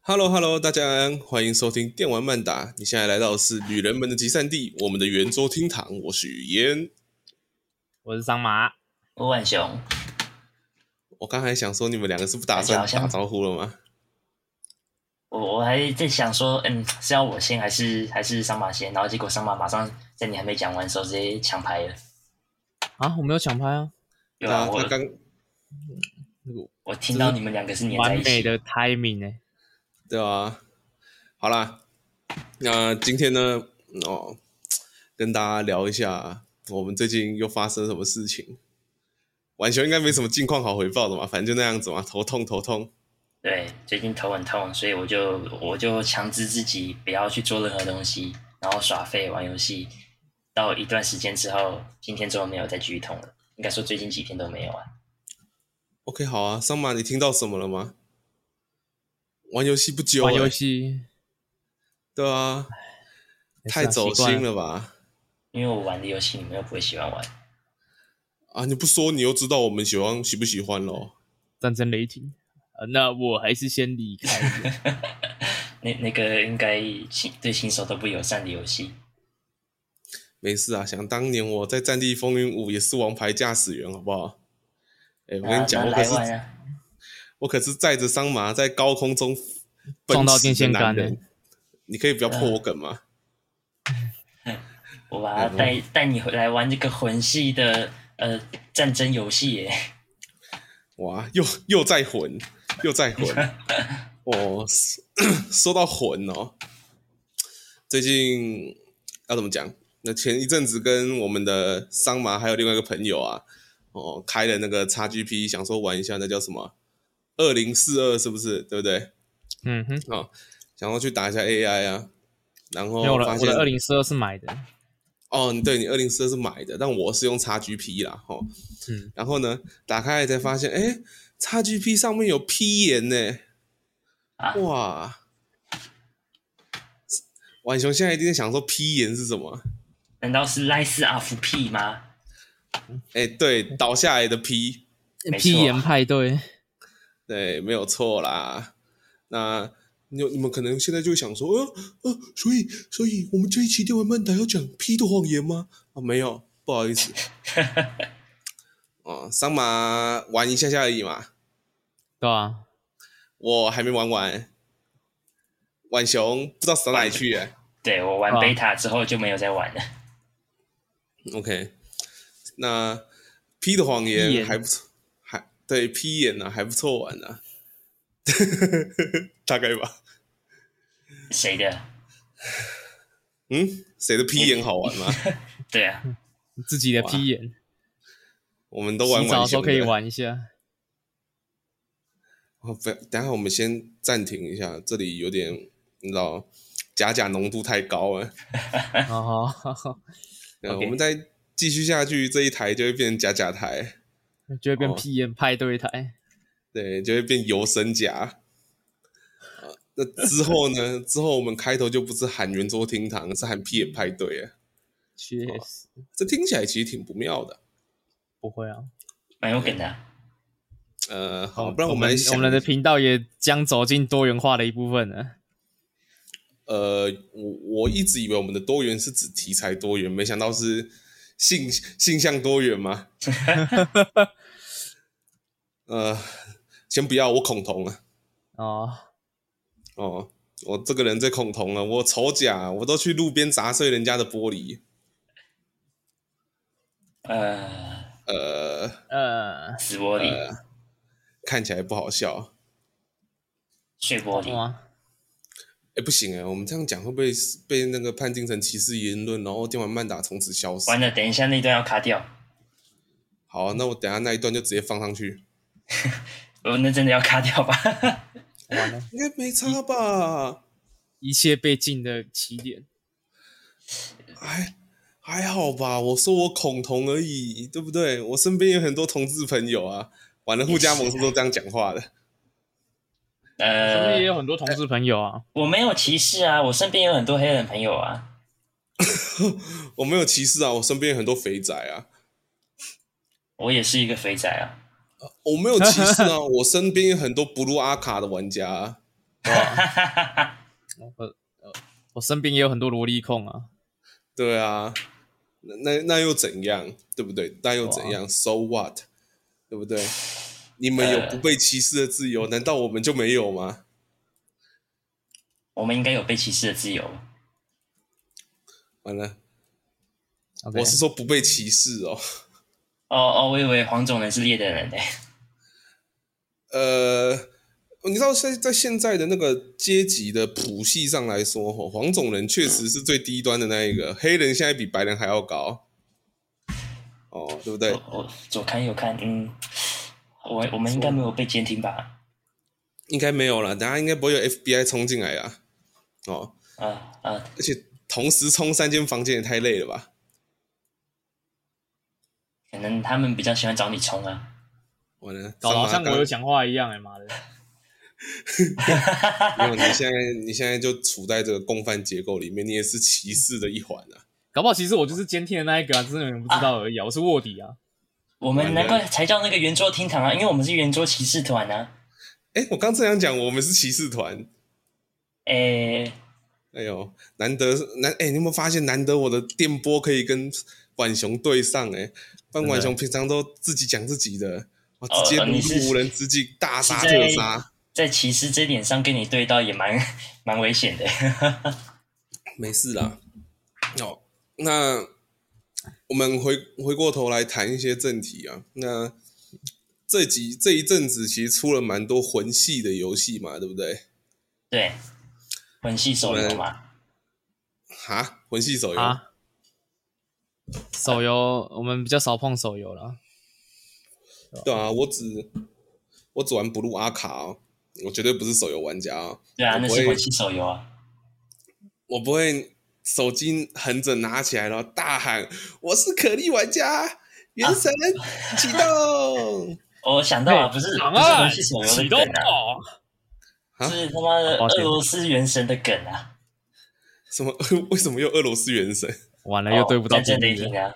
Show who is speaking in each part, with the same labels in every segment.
Speaker 1: Hello Hello，大家欢迎收听电玩漫打。你现在来到的是女人们的集散地，我们的圆桌厅堂。我是雨嫣。
Speaker 2: 我是桑麻，
Speaker 3: 吴万雄，
Speaker 1: 我刚才想说，你们两个是不打算
Speaker 3: 好像
Speaker 1: 打招呼了吗？
Speaker 3: 我我还在想说，嗯，是要我先还是还是桑马先？然后结果桑马马上在你还没讲完的时候直接抢牌了。
Speaker 2: 啊，我没有抢拍啊，
Speaker 3: 对啊，
Speaker 1: 他
Speaker 3: 我
Speaker 1: 刚
Speaker 2: 那个
Speaker 3: 我听到你们两个是黏在
Speaker 2: 完
Speaker 3: 一
Speaker 2: 美
Speaker 3: 起，
Speaker 2: 的 timing 欸呢、
Speaker 1: 对啊，好啦，那今天呢，哦，跟大家聊一下我们最近又发生什么事情。晚球应该没什么近况好回报的嘛，反正就那样子嘛，头痛头痛。
Speaker 3: 对，最近头很痛，所以我就我就强制自己不要去做任何东西，然后耍废玩游戏。到一段时间之后，今天终于没有再继续痛了。应该说最近几天都没有啊。
Speaker 1: OK，好啊，桑马，你听到什么了吗？玩游戏不久、
Speaker 2: 玩游
Speaker 1: 欸，
Speaker 2: 戏
Speaker 1: 对啊，
Speaker 2: 没事啊
Speaker 1: 太走
Speaker 2: 习惯
Speaker 1: 心了吧？
Speaker 3: 因为我玩的游戏你们又不会喜欢玩，
Speaker 1: 啊，你不说你又知道我们喜欢喜不喜欢咯。
Speaker 2: 战争雷霆、呃那我还是先离开一 点。
Speaker 3: 那那个应该新对新手都不友善的游戏。
Speaker 1: 没事啊，想当年我在《战地风云五》也是王牌驾驶员，好不好？哎、我跟
Speaker 3: 啊
Speaker 1: 你讲，
Speaker 3: 那
Speaker 1: 我可
Speaker 3: 来
Speaker 1: 是
Speaker 3: 玩啊！
Speaker 1: 我可是载着桑麻在高空中奔
Speaker 2: 撞到
Speaker 1: 驰的
Speaker 2: 电线杆
Speaker 1: 男
Speaker 2: 了
Speaker 1: 人，你可以不要
Speaker 3: 嗯
Speaker 1: 破我梗吗？
Speaker 3: 我把它
Speaker 2: 嗯
Speaker 3: 带带你回来玩这个魂系的呃战争游戏耶，
Speaker 1: 哇，又又在混，又在 混。哦，说说到混哦，最近要怎么讲？那前一阵子跟我们的桑麻还有另外一个朋友啊，哦，开了那个 XGP，想 E，说玩一下那叫什么二零四二，是不是？对不对？
Speaker 2: 嗯哼，
Speaker 1: 哦，想要去打一下 AI 啊，然后
Speaker 2: 没有了，
Speaker 1: 发
Speaker 2: 我
Speaker 1: 现
Speaker 2: 的二零四二是买的，
Speaker 1: 哦，你对你二零四是买的，但我是用 XGP 啦，吼。
Speaker 2: 嗯，
Speaker 1: 然后呢，打开来才发现，哎，XGP 上面有 P 眼呢，
Speaker 3: 啊
Speaker 1: 哇！婉雄现在一定在想说 P 眼是什么？
Speaker 3: 难道是赖斯 FP 吗？
Speaker 1: 哎，对，倒下来的 P，
Speaker 3: 没错啊
Speaker 2: P 岩派对，
Speaker 1: 对，没有错啦。那你你们可能现在就会想说，呃呃，所以所以我们这一期电玩漫谈要讲 P 的谎言吗？啊，没有，不好意思。哦，桑麻玩一下下而已嘛，
Speaker 2: 对啊，
Speaker 1: 我还没玩完。浣熊不知道死到哪里去耶。
Speaker 3: 对我玩
Speaker 2: 啊
Speaker 3: beta 之后就没有再玩了，
Speaker 1: OK，那 P 的谎
Speaker 2: 屁
Speaker 1: 言
Speaker 2: 眼
Speaker 1: 还不错，还对 P 眼呢、还不错玩呢、啊， 大概吧。
Speaker 3: 谁的？
Speaker 1: 嗯，谁的 P 眼好玩吗？
Speaker 3: 对啊，
Speaker 2: 自己的
Speaker 1: 哇
Speaker 2: P 岩，
Speaker 1: 我们都玩
Speaker 2: 洗澡
Speaker 1: 浣
Speaker 2: 的时
Speaker 1: 熊
Speaker 2: 候可以
Speaker 1: 的
Speaker 2: 玩一 下。
Speaker 1: 哦，不，等一下我们先暂停一下，这里有点你知道，假假浓度太高了。
Speaker 2: 哦，好好
Speaker 1: 呃
Speaker 3: OK
Speaker 1: 我们再继续下去，这一台就会变成假假台，
Speaker 2: 就会变
Speaker 1: 哦
Speaker 2: P 岩派对台。
Speaker 1: 对，就会变游神甲。呃那之后呢？ 之后我们开头就不是喊圆桌厅堂，是喊屁眼派对啊！
Speaker 2: 确实
Speaker 1: 这听起来其实挺不妙的。
Speaker 2: 不会啊，
Speaker 3: 蛮有梗的啊、
Speaker 1: 呃，好，不然我们来
Speaker 2: 我
Speaker 1: 想
Speaker 2: 们的频道也将走进多元化的一部分了。
Speaker 1: 呃，我我一直以为我们的多元是指题材多元，没想到是性性向多元吗？ 呃，先不要，我恐同了。
Speaker 2: 哦，
Speaker 1: 哦，我这个人最恐同了，我丑甲，我都去路边砸碎人家的玻璃。
Speaker 3: 呃，
Speaker 1: 呃，
Speaker 2: 呃，
Speaker 3: 死玻璃、
Speaker 1: 看起来不好笑。
Speaker 3: 碎玻璃，
Speaker 2: 哇，
Speaker 1: 哎，不行哎，我们这样讲会不会是被那个判定成歧视言论，然后电玩曼达从此消失？
Speaker 3: 完了，等一下那段要卡掉，
Speaker 1: 好，啊那我等一下那一段就直接放上去，
Speaker 3: 哦，那真的要卡掉吧？
Speaker 2: 完了，
Speaker 1: 应该没差吧？
Speaker 2: 一切被禁的起点。
Speaker 1: 还还好吧，我说我恐同而已，对不对？我身边有很多同志朋友啊，完了，互加盟是不是都这样讲话的。
Speaker 2: 身边也
Speaker 3: 呃，
Speaker 2: 有很多同事朋友啊，
Speaker 3: 我没有歧视啊，我身边有很多黑人朋友啊，
Speaker 1: 我没有歧视啊，我身边有很多肥仔啊，
Speaker 3: 我也是一个肥仔啊，
Speaker 1: 我没有歧视啊，我身边有很多布鲁阿卡的玩家、啊。
Speaker 2: 我呃我身边也有很多萝莉控啊，
Speaker 1: 对啊，那那那又怎样，对不对？那又怎样？So what？对不对？你们有
Speaker 3: 呃
Speaker 1: 不被歧视的自由，难道我们就没有吗？
Speaker 3: 我们应该有被歧视的自由。
Speaker 1: 完了
Speaker 2: OK
Speaker 1: 我是说不被歧视哦。
Speaker 3: 哦哦，我以为黄种人是猎的人呢、
Speaker 1: 呃，你知道在在现在的那个阶级的谱系上来说，吼，黄种人确实是最低端的那
Speaker 2: 嗯
Speaker 1: 一个，黑人现在比白人还要高。哦，对不对？
Speaker 3: 我我左看右看，嗯，我我们应该没有被监听吧？
Speaker 1: 应该没有了，等下应该不会有 FBI 冲进来啊。哦，
Speaker 3: 啊啊，
Speaker 1: 而且同时冲三间房间也太累了吧？
Speaker 3: 可能他们比较喜欢找你冲啊。
Speaker 1: 我呢，
Speaker 2: 搞得好像
Speaker 1: 上马
Speaker 2: 我
Speaker 1: 当
Speaker 2: 有讲话一样哎、妈的！
Speaker 1: 没有，你现在你现在就处在这个共犯结构里面，你也是歧视的一环啊。
Speaker 2: 搞不好其实我就是监听的那一个啊，只是你们不知道而已啊，我是卧底啊。
Speaker 3: 我们难怪才叫那个圆桌厅堂啊，因为我们是圆桌骑士团啊。
Speaker 1: 哎，我刚这样讲，我们是骑士团。
Speaker 3: 诶、
Speaker 1: 哎呦，难得难哎，你有没有发现难得我的电波可以跟浣熊对上哎、不然浣熊平常都自己讲自己的，我
Speaker 3: 哦
Speaker 1: 直接
Speaker 3: 你
Speaker 1: 如入
Speaker 3: 是
Speaker 1: 无人之境，大杀
Speaker 3: 是在
Speaker 1: 特杀。
Speaker 3: 在骑士这点上跟你对到也蛮蛮危险的。
Speaker 1: 没事啦，哦，那我们回回过头来谈一些正题啊。那这集这一阵子其实出了蛮多魂系的游戏嘛，对不对？
Speaker 3: 对，魂系手游嘛，
Speaker 1: 哈，魂系手游，
Speaker 2: 啊，手游我们比较少碰手游了，
Speaker 1: 对啊，我只我只玩不入阿卡哦，我绝对不是手游玩家哦。
Speaker 3: 对啊，
Speaker 1: 我
Speaker 3: 那
Speaker 1: 不
Speaker 3: 是
Speaker 1: 会
Speaker 3: 魂系手游啊。
Speaker 1: 我不会手机横着拿起来，然后大喊：“我是可莉玩家，原神启动
Speaker 3: 我想到啊，不是
Speaker 2: 档
Speaker 3: 不是
Speaker 2: 案
Speaker 3: 魂系手游
Speaker 2: 哎启
Speaker 3: 的
Speaker 2: 动
Speaker 3: 梗啊，
Speaker 2: 哦！
Speaker 1: 啊
Speaker 3: 是他妈的
Speaker 2: 抱歉
Speaker 3: 俄罗斯原神的梗啊。！”
Speaker 1: 什么？ 为什么又俄罗斯原神？
Speaker 2: 完了
Speaker 3: 哦
Speaker 2: 又对不到
Speaker 3: 战
Speaker 2: 频
Speaker 3: 争雷
Speaker 2: 率
Speaker 3: 霆
Speaker 2: 了。
Speaker 3: 啊，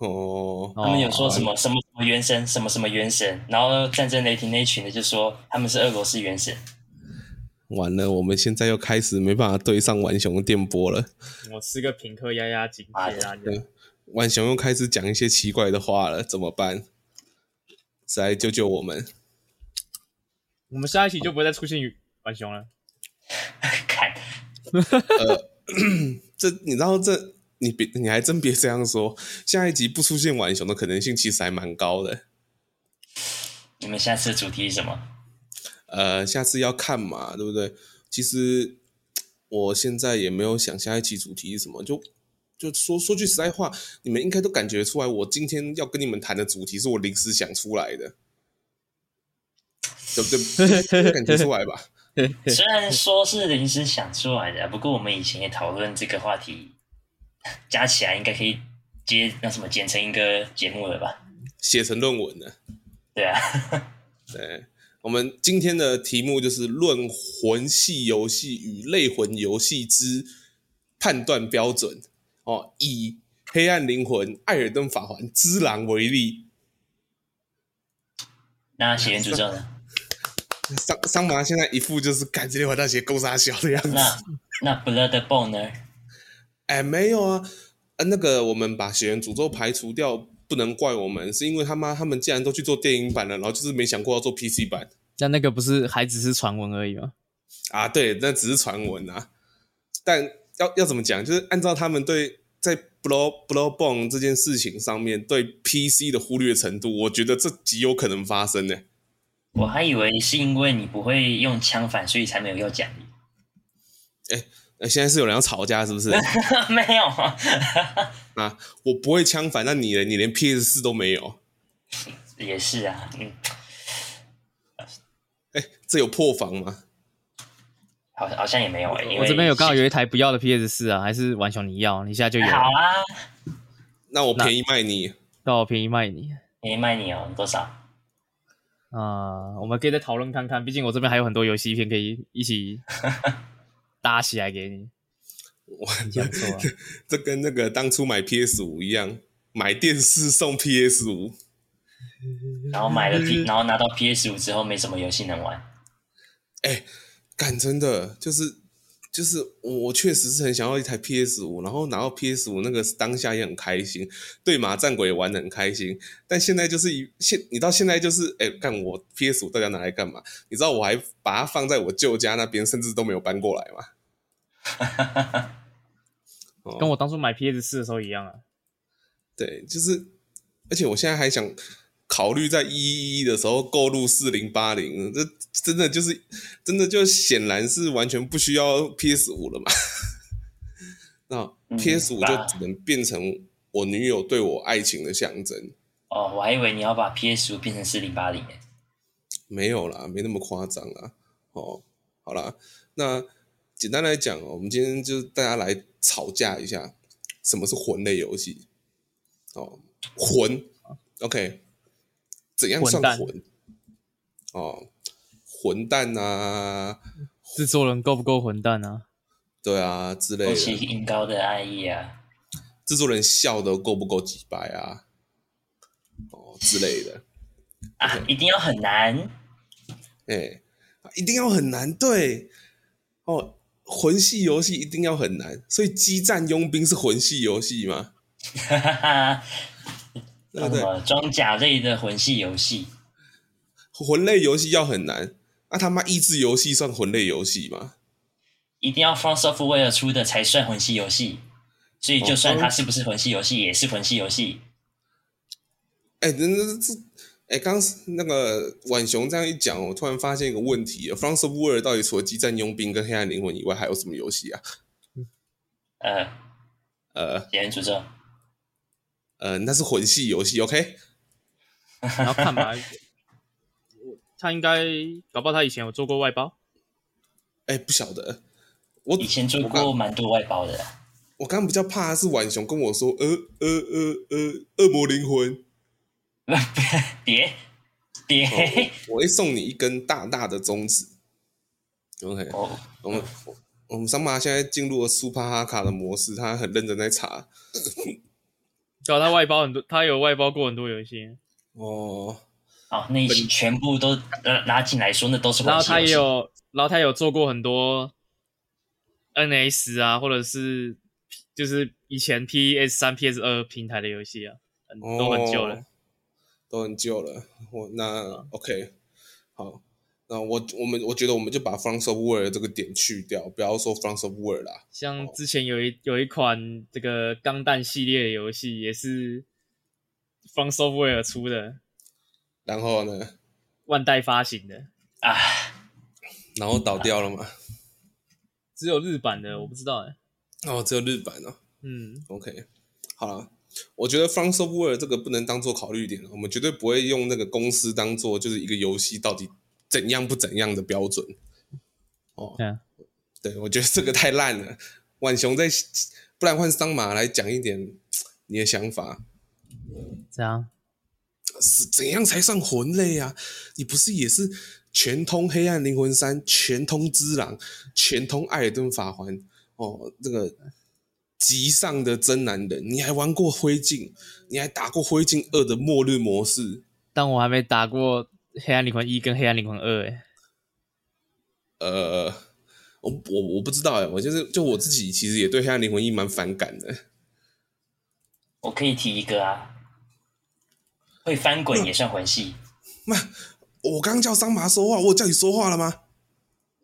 Speaker 1: 哦，
Speaker 2: 他
Speaker 3: 他们有说什么什么什么原神，什么什么原神，然后战争雷霆那一群的就说他们是俄罗斯原神。
Speaker 1: 完了，我们现在又开始没办法对上浣熊的电波了。
Speaker 2: 我吃个品客压压惊，
Speaker 3: 妈的
Speaker 2: 谢谢大家。
Speaker 1: 浣熊又开始讲一些奇怪的话了，怎么办？谁来救救我们？
Speaker 2: 我们下一期就不会再出现浣熊了。
Speaker 3: 看，
Speaker 1: 这你知道这？你别，你还真别这样说。下一集不出现浣熊的可能性其实还蛮高的。
Speaker 3: 你们下次的主题是 什么？
Speaker 1: 呃，下次要看嘛，对不对？其实我现在也没有想下一期主题是什么，就就说说句实在话，你们应该都感觉出来，我今天要跟你们谈的主题是我临时想出来的，对不对？有感觉出来吧？
Speaker 3: 虽然说是临时想出来的，不过我们以前也讨论这个话题，加起来应该可以接那什么剪成一个节目了吧？
Speaker 1: 写成论文了。
Speaker 3: 对啊，
Speaker 1: 对，我们今天的题目就是《论魂系游戏与类魂游戏之判断标准》哦，以《黑暗灵魂》《艾尔登法环》《之狼》为例，
Speaker 3: 那写原诅咒呢？
Speaker 1: 桑桑麻现在一副就是赶这六把大鞋勾杀小的样子。
Speaker 3: 那那 Blood Bone 呢？
Speaker 1: 哎，没有啊，啊，那个我们把血缘诅咒排除掉，不能怪我们，是因为他妈他们既然都去做电影版了，然后就是没想过要做 PC 版
Speaker 2: 但那个不是还只是传闻而已吗？
Speaker 1: 啊。对，那只是传闻啊。但要要怎么讲，就是按照他们对在 Blow Blow Bone 这件事情上面对 PC 的忽略程度，我觉得这极有可能发生呢、
Speaker 3: 我还以为是因为你不会用枪反，所以才没有要讲你。
Speaker 1: 呃，现在是有人要吵架是不是？
Speaker 3: 没有，
Speaker 1: 啊，我不会枪反，那你呢？你连 PS 四都没有。
Speaker 3: 也是啊，嗯，
Speaker 1: 哎，这有破防吗？
Speaker 3: 好好像也没有诶、因为
Speaker 2: 我这边有刚好有一台不要的 PS 四啊，还是浣熊你要，你现在就有，
Speaker 3: 好啊，
Speaker 1: 那我便宜卖你，
Speaker 2: 那我便宜卖你。
Speaker 3: 没卖你哦，多少？
Speaker 2: 啊、我们可以再讨论看看，毕竟我这边还有很多游戏片可以一 起搭起来给你，
Speaker 1: 完
Speaker 2: 这
Speaker 1: 了
Speaker 2: 样，不错 啊。
Speaker 1: 这跟那个当初买 PS 五一样，买电视送 PS 五，
Speaker 3: 然后买了 P，然后拿到 PS 五之后没什么游戏能玩，
Speaker 1: 哎干真的就是就是我我确实是很想要一台 PS 五，然后拿到 PS 五那个当下也很开心，对马战鬼玩的很开心，但现在就是一现你到现在就是哎干我 PS 五到底要拿来干嘛？你知道我还把它放在我舅家那边，甚至都没有搬过来嘛。哦
Speaker 4: 跟我当初买 PS 四的时候一样啊。
Speaker 1: 对，就是，而且我现在还想考虑在一一的时候购入四零八零，这真的就是真的就显然是完全不需要 PS 五了嘛。 那
Speaker 3: 嗯
Speaker 1: PS 五就
Speaker 3: 吧
Speaker 1: 只能变成我女友对我爱情的象征，
Speaker 3: 哦，我还以为你要把 PS 五变成四零八零诶。
Speaker 1: 没有啦，没那么夸张啦。哦，好啦，那简单来讲哦，我们今天就大家来吵架一下，什么是魂类游戏？哦，魂，OK，怎样算
Speaker 4: 混蛋
Speaker 1: 魂？哦，混蛋啊，
Speaker 4: 制作人够不够混蛋啊？
Speaker 1: 对啊之类
Speaker 3: 勾起
Speaker 1: 的，
Speaker 3: 音高的爱意啊！
Speaker 1: 制作人笑的够不够几百啊？哦之类的，
Speaker 3: 啊，一定要很难。
Speaker 1: 哎、一定要很难，对，哦，魂系游戏一定要很难，所以激战佣兵是魂系游戏嘛，
Speaker 3: 哈哈 哈，
Speaker 1: 对不
Speaker 3: 什
Speaker 1: 对？
Speaker 3: 么装甲类的魂系游戏，
Speaker 1: 魂类游戏要很难，那、他妈益智游戏算魂类游戏吗？
Speaker 3: 一定要 From Software 出的才算魂系游戏。所以，
Speaker 1: 哦
Speaker 3: 就算它是不是魂系游戏，也是魂系游戏。
Speaker 1: 哎、那那这，哎、刚那个婉雄这样一讲，我突然发现一个问题：From 啊 Software 到底除了激战佣兵跟黑暗灵魂以外，还有什么游戏啊？
Speaker 3: 呃，
Speaker 1: 呃
Speaker 3: 别人诅咒，
Speaker 1: 呃，那是魂系游戏，OK？
Speaker 4: 然后看吧，我他应该搞不好他以前有做过外包，
Speaker 1: 哎、不晓得，我
Speaker 3: 以前做
Speaker 1: 我刚
Speaker 3: 过蛮多外包的 啦。
Speaker 1: 我刚刚比较怕的是浣熊跟我说，呃呃呃呃，恶魔灵魂，
Speaker 3: 别
Speaker 1: 哦
Speaker 3: 别，
Speaker 1: 我会送你一根大大的中指。OK，
Speaker 3: 哦，
Speaker 1: 我们我们桑麻现在进入了苏帕哈卡的模式，他很认真在查。
Speaker 4: 搞他外包很多，他有外包过很多游戏，
Speaker 1: 哦，
Speaker 3: 好，那一起全部都拉拉进来说，那都是
Speaker 4: 然
Speaker 3: 魂
Speaker 4: 后
Speaker 3: 系
Speaker 4: 他
Speaker 3: 游
Speaker 4: 也
Speaker 3: 戏。
Speaker 4: 有，然后他有做过很多 NS 啊，或者是就是以前 PS 三、PS 二平台的游戏啊，很都很旧了
Speaker 1: 哦。，都很旧了。我那 OK，好，那我我们我觉得我们就把 From Software 这个点去掉，不要说 From Software 啦。
Speaker 4: 像之前有一有一款这个钢弹系列的游戏，也是 From Software 出的，
Speaker 1: 然后呢，
Speaker 4: 万代发行的，
Speaker 3: 啊，
Speaker 1: 然后倒掉了嘛？
Speaker 4: 只有日版
Speaker 1: 嗯
Speaker 4: 的，我不知道哎、
Speaker 1: 哦，只有日版哦。
Speaker 4: 嗯，
Speaker 1: OK，好了，我觉得 From Software 这个不能当做考虑点，我们绝对不会用那个公司当做就是一个游戏到底怎样不怎样的标准。哦，
Speaker 4: 对啊
Speaker 1: 对，我觉得这个太烂了。浣熊在，不然换桑马来讲一点你的想法，
Speaker 4: 这样
Speaker 1: 是怎样才算魂类啊？你不是也是全通黑暗灵魂三、全通之狼、全通艾尔顿法环哦？这个极上的真男人，你还玩过灰烬，你还打过灰烬二的末日模式，
Speaker 4: 但我还没打过《黑暗灵魂一》跟《黑暗灵魂二》哎，
Speaker 1: 呃。我我我不知道哎、我就是就我自己，其实也对《黑暗灵魂一》蛮反感的。
Speaker 3: 我可以提一个啊，会翻滚也算魂系。
Speaker 1: 我刚叫桑麻说话，我有叫你说话了吗？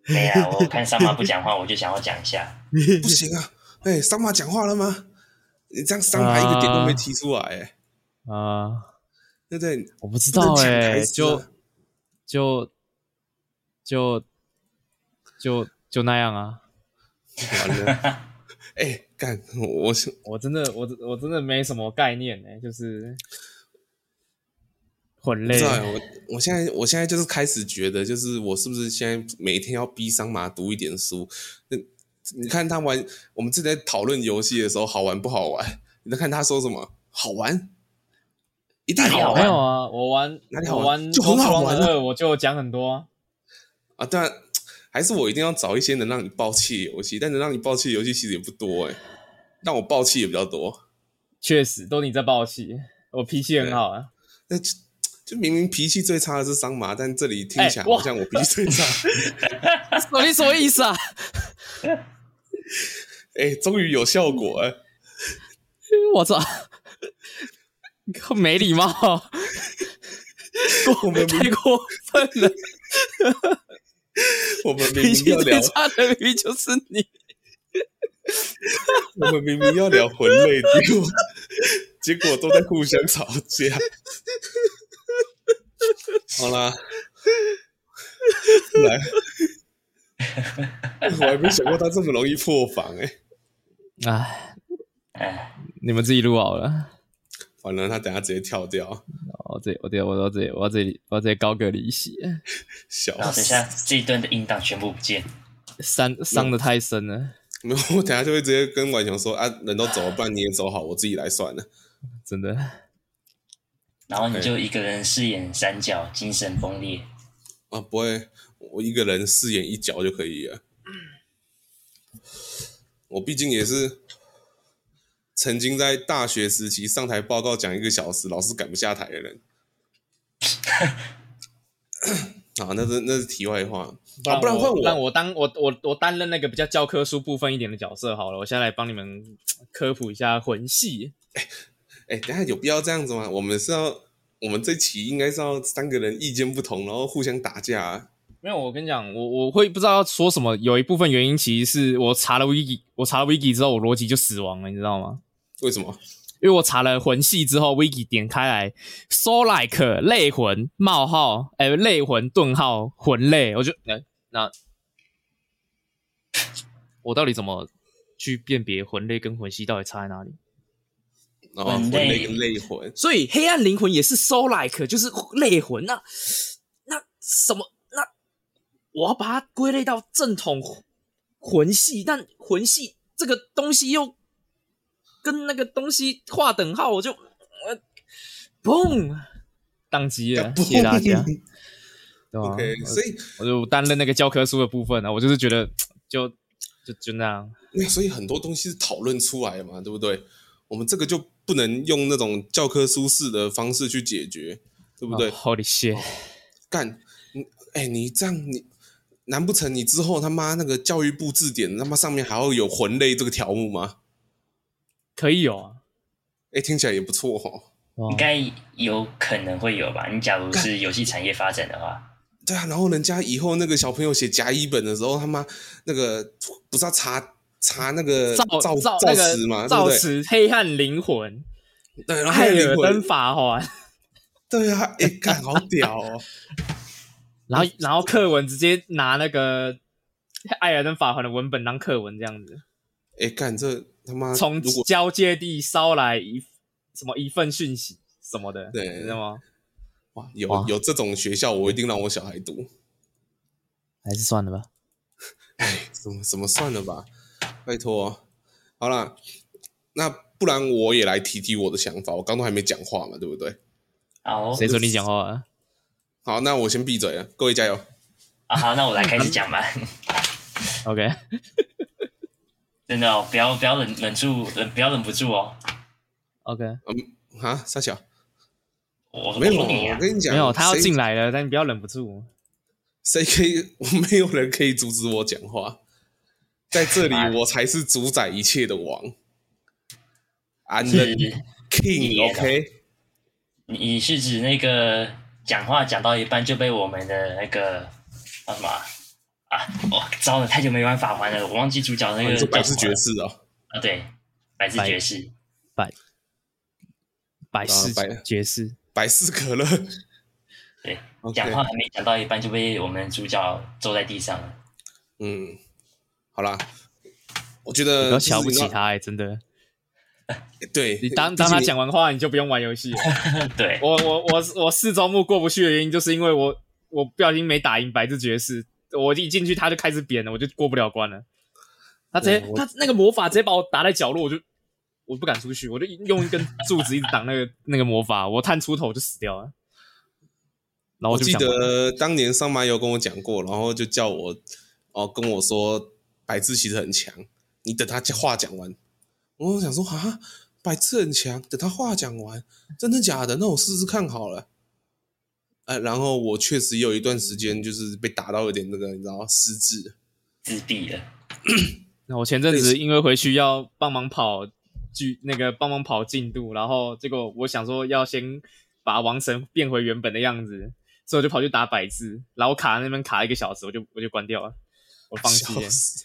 Speaker 3: 没啊，我看三妈不讲话，我就想要讲一下。
Speaker 1: 不行啊！ 哎、桑麻讲话了吗？你这样桑麻一个点都没提出来、欸，
Speaker 4: 啊、
Speaker 1: 对不对？
Speaker 4: 我不知
Speaker 1: 不能
Speaker 4: 道
Speaker 1: 抢
Speaker 4: 哎、
Speaker 1: 台词
Speaker 4: 就
Speaker 1: 啊
Speaker 4: 就就就就那样啊，
Speaker 1: 完了。 哎、干！我我是
Speaker 4: 我真的我我真的没什么概念哎、就是混
Speaker 1: 不
Speaker 4: 类
Speaker 1: 知，道欸我我现在我现在就是开始觉得，就是我是不是现在每天要逼桑麻读一点书？那你看他玩，我们正在讨论游戏的时候，好玩不好玩？ 你在看他说什么？好玩，一定
Speaker 3: 哪里
Speaker 1: 好
Speaker 3: 好
Speaker 4: 没
Speaker 1: 玩
Speaker 4: 有啊，我玩
Speaker 1: 哪里好
Speaker 4: 我
Speaker 1: 玩
Speaker 4: 玩
Speaker 1: 就很好玩啊
Speaker 4: 玩二，我就讲很多、啊。
Speaker 1: 啊！当然，还是我一定要找一些能让你爆气的游戏，但能让你爆气的游戏其实也不多哎、让我爆气也比较多。
Speaker 4: 确实，都你在爆气，我脾气很好啊。
Speaker 1: 那就就明明脾气最差的是桑麻，但这里听起来
Speaker 4: 哎哇
Speaker 1: 好像我脾气最 差。
Speaker 4: 到底什么意思啊？
Speaker 1: 哎、终于有效果了。
Speaker 4: 我操，没礼貌，
Speaker 1: 我们明
Speaker 4: 太过分了！
Speaker 1: 我们明
Speaker 4: 脾
Speaker 1: 明
Speaker 4: 气
Speaker 1: 要聊
Speaker 4: 最，差的明明就是你，
Speaker 1: 我们明明要聊魂类，结果结果都在互相吵架。好啦，来，我还没想过他这么容易破防哎、
Speaker 4: 哎，
Speaker 3: 哎，
Speaker 4: 你们自己录好了。
Speaker 1: 完了，他等下直接跳掉，
Speaker 4: 我哦这我这我到这我要这里我要这高歌离席，
Speaker 1: 笑
Speaker 3: 然后等
Speaker 1: 死。
Speaker 3: 下这一顿的音档全部不见，
Speaker 4: 伤伤的太深了，
Speaker 1: 没有，我等下就会直接跟婉雄说啊，人都走了，不然你也走好，我自己来算了。
Speaker 4: 真的。
Speaker 3: 然后你就一个人饰演三角，精神崩裂。
Speaker 1: 啊，不会，我一个人饰演一角就可以了。我毕竟也是曾经在大学时期上台报告讲一个小时，老师赶不下台的人。啊，那是那是题外话啊，不然换
Speaker 4: 让我当我我我担任那个比较教科书部分一点的角色好了，我现在来帮你们科普一下魂系。
Speaker 1: 哎、等一下有必要这样子吗？我们是要我们这期应该是要三个人意见不同，然后互相打架、啊。
Speaker 4: 没有，我跟你讲，我我会不知道要说什么，有一部分原因其实是我查了 wiki，我查了 wiki 之后，我逻辑就死亡了，你知道吗？
Speaker 1: 为什么？
Speaker 4: 因为我查了魂系之后，wiki 点开来，so like 类魂冒号，哎、类魂顿号魂类，我就哎、那我到底怎么去辨别魂类跟魂系到底差在哪里？
Speaker 1: 然后魂
Speaker 3: 魂
Speaker 1: 类
Speaker 3: 类
Speaker 1: 跟类魂，
Speaker 4: 所以黑暗灵魂也是 soul like，就是类魂。那那什么？那我要把它归类到正统魂系，但魂系这个东西又跟那个东西划等号，我就呃，砰，宕机 了，谢谢大家。对吧
Speaker 1: OK，所以
Speaker 4: 我就担任那个教科书的部分啊，我就是觉得就就就那样，
Speaker 1: 那所以很多东西是讨论出来的嘛，对不对？我们这个就不能用那种教科书式的方式去解决，对不对？
Speaker 4: 啊？Holy shit！
Speaker 1: 干，你哎、你这样你，难不成你之后他妈那个教育部字典他妈上面还要有魂类这个条目吗？
Speaker 4: 可以有啊，
Speaker 1: 哎、听起来也不错哦。
Speaker 4: 哇
Speaker 3: 应该有可能会有吧？你假如是游戏产业发展的话，
Speaker 1: 对啊，然后人家以后那个小朋友写甲乙本的时候，他妈那个不是要查查那个
Speaker 4: 造
Speaker 1: 造
Speaker 4: 造
Speaker 1: 造
Speaker 4: 那个
Speaker 1: 词嘛，对
Speaker 4: 造
Speaker 1: 不对？
Speaker 4: 词黑暗灵魂，
Speaker 1: 对，然后还
Speaker 4: 艾
Speaker 1: 有
Speaker 4: 尔
Speaker 1: 灵
Speaker 4: 登
Speaker 1: 魂，
Speaker 4: 法环，
Speaker 1: 对啊，哎、干好屌哦！
Speaker 4: 然后然后课文直接拿那个艾尔登法环的文本当课文这样子，
Speaker 1: 哎、干这他妈
Speaker 4: 从
Speaker 1: 如果
Speaker 4: 交界地捎来一什么一份讯息什么的，
Speaker 1: 对
Speaker 4: 你知道吗？
Speaker 1: 哇，有
Speaker 4: 哇
Speaker 1: 有这种学校，我一定让我小孩读。
Speaker 4: 还是算了吧。
Speaker 1: 怎么怎么算了吧， 拜托。好啦，那不然我也来提提我的想法。我刚刚还没讲话嘛，对不对？
Speaker 3: 好
Speaker 4: 谁准你讲话啊？
Speaker 1: 好，那我先闭嘴了，各位加油。
Speaker 3: 啊，好，那我来开
Speaker 4: 嗯
Speaker 3: 始讲吧。
Speaker 4: ？OK，
Speaker 3: 真的哦，不要不要忍忍住，忍不要忍不住哦。
Speaker 4: OK，
Speaker 1: 嗯，啊，傻小，
Speaker 3: 我
Speaker 1: 没有，
Speaker 3: 我你啊
Speaker 1: 我跟你讲，
Speaker 4: 没有，他要
Speaker 1: 谁
Speaker 4: 进，来了，但你不要忍不住。
Speaker 1: 谁可以？我没有人可以阻止我讲话，在这里我才是主宰一切的王。I'm the
Speaker 3: 是啊
Speaker 1: king，OK？、
Speaker 3: 你你是指那个讲话讲到一半就被我们的那个叫什么啊啊？我糟了，太久没玩法环了，我忘记主角那
Speaker 1: 你
Speaker 3: 个
Speaker 1: 说百事
Speaker 3: 叫什么
Speaker 1: 爵
Speaker 3: 了
Speaker 1: 士哦，
Speaker 3: 啊，对，百事
Speaker 4: 百
Speaker 3: 爵士，
Speaker 4: 百百事
Speaker 1: 百
Speaker 4: 爵士，
Speaker 1: 百事可乐。
Speaker 3: 对，
Speaker 1: OK
Speaker 3: 讲话还没讲到一半就被我们主角揍在地上了。
Speaker 1: 嗯，好啦，我觉
Speaker 4: 不
Speaker 1: 得
Speaker 4: 要
Speaker 1: 就是
Speaker 4: 瞧不
Speaker 1: 你
Speaker 4: 起
Speaker 1: 知道
Speaker 4: 他，哎真的。
Speaker 1: 对，
Speaker 4: 你当
Speaker 1: 毕
Speaker 4: 当他
Speaker 1: 竟
Speaker 4: 讲完话，你就不用玩游戏了。
Speaker 3: 对，
Speaker 4: 我我我我四周目过不去的原因，就是因为我我不小心没打赢白字爵士，我一进去他就开始扁了，我就过不了关了。他直接
Speaker 1: 对我
Speaker 4: 他那个魔法直接把我打在角落，我就我不敢出去，我就用一根柱子一直挡那个那个魔法，我探出头就死掉了。然后
Speaker 1: 我
Speaker 4: 就不
Speaker 1: 记
Speaker 4: 想玩
Speaker 1: 得当年桑麻有跟我讲过，然后就叫我哦跟我说百字其实很强，你等他话讲完。我想说啊，百字很强，等他话讲完，真的假的？那我试试看好了。呃，然后我确实有一段时间就是被打到有点那个，你知道失智。
Speaker 3: 自闭了。
Speaker 2: 那我前阵子因为回去要帮忙跑剧，那个帮忙跑进度，然后结果我想说要先把王神变回原本的样子，所以我就跑去打百字，然后我卡在那边卡一个小时，我就我就关掉了，我放弃了
Speaker 1: 笑。死。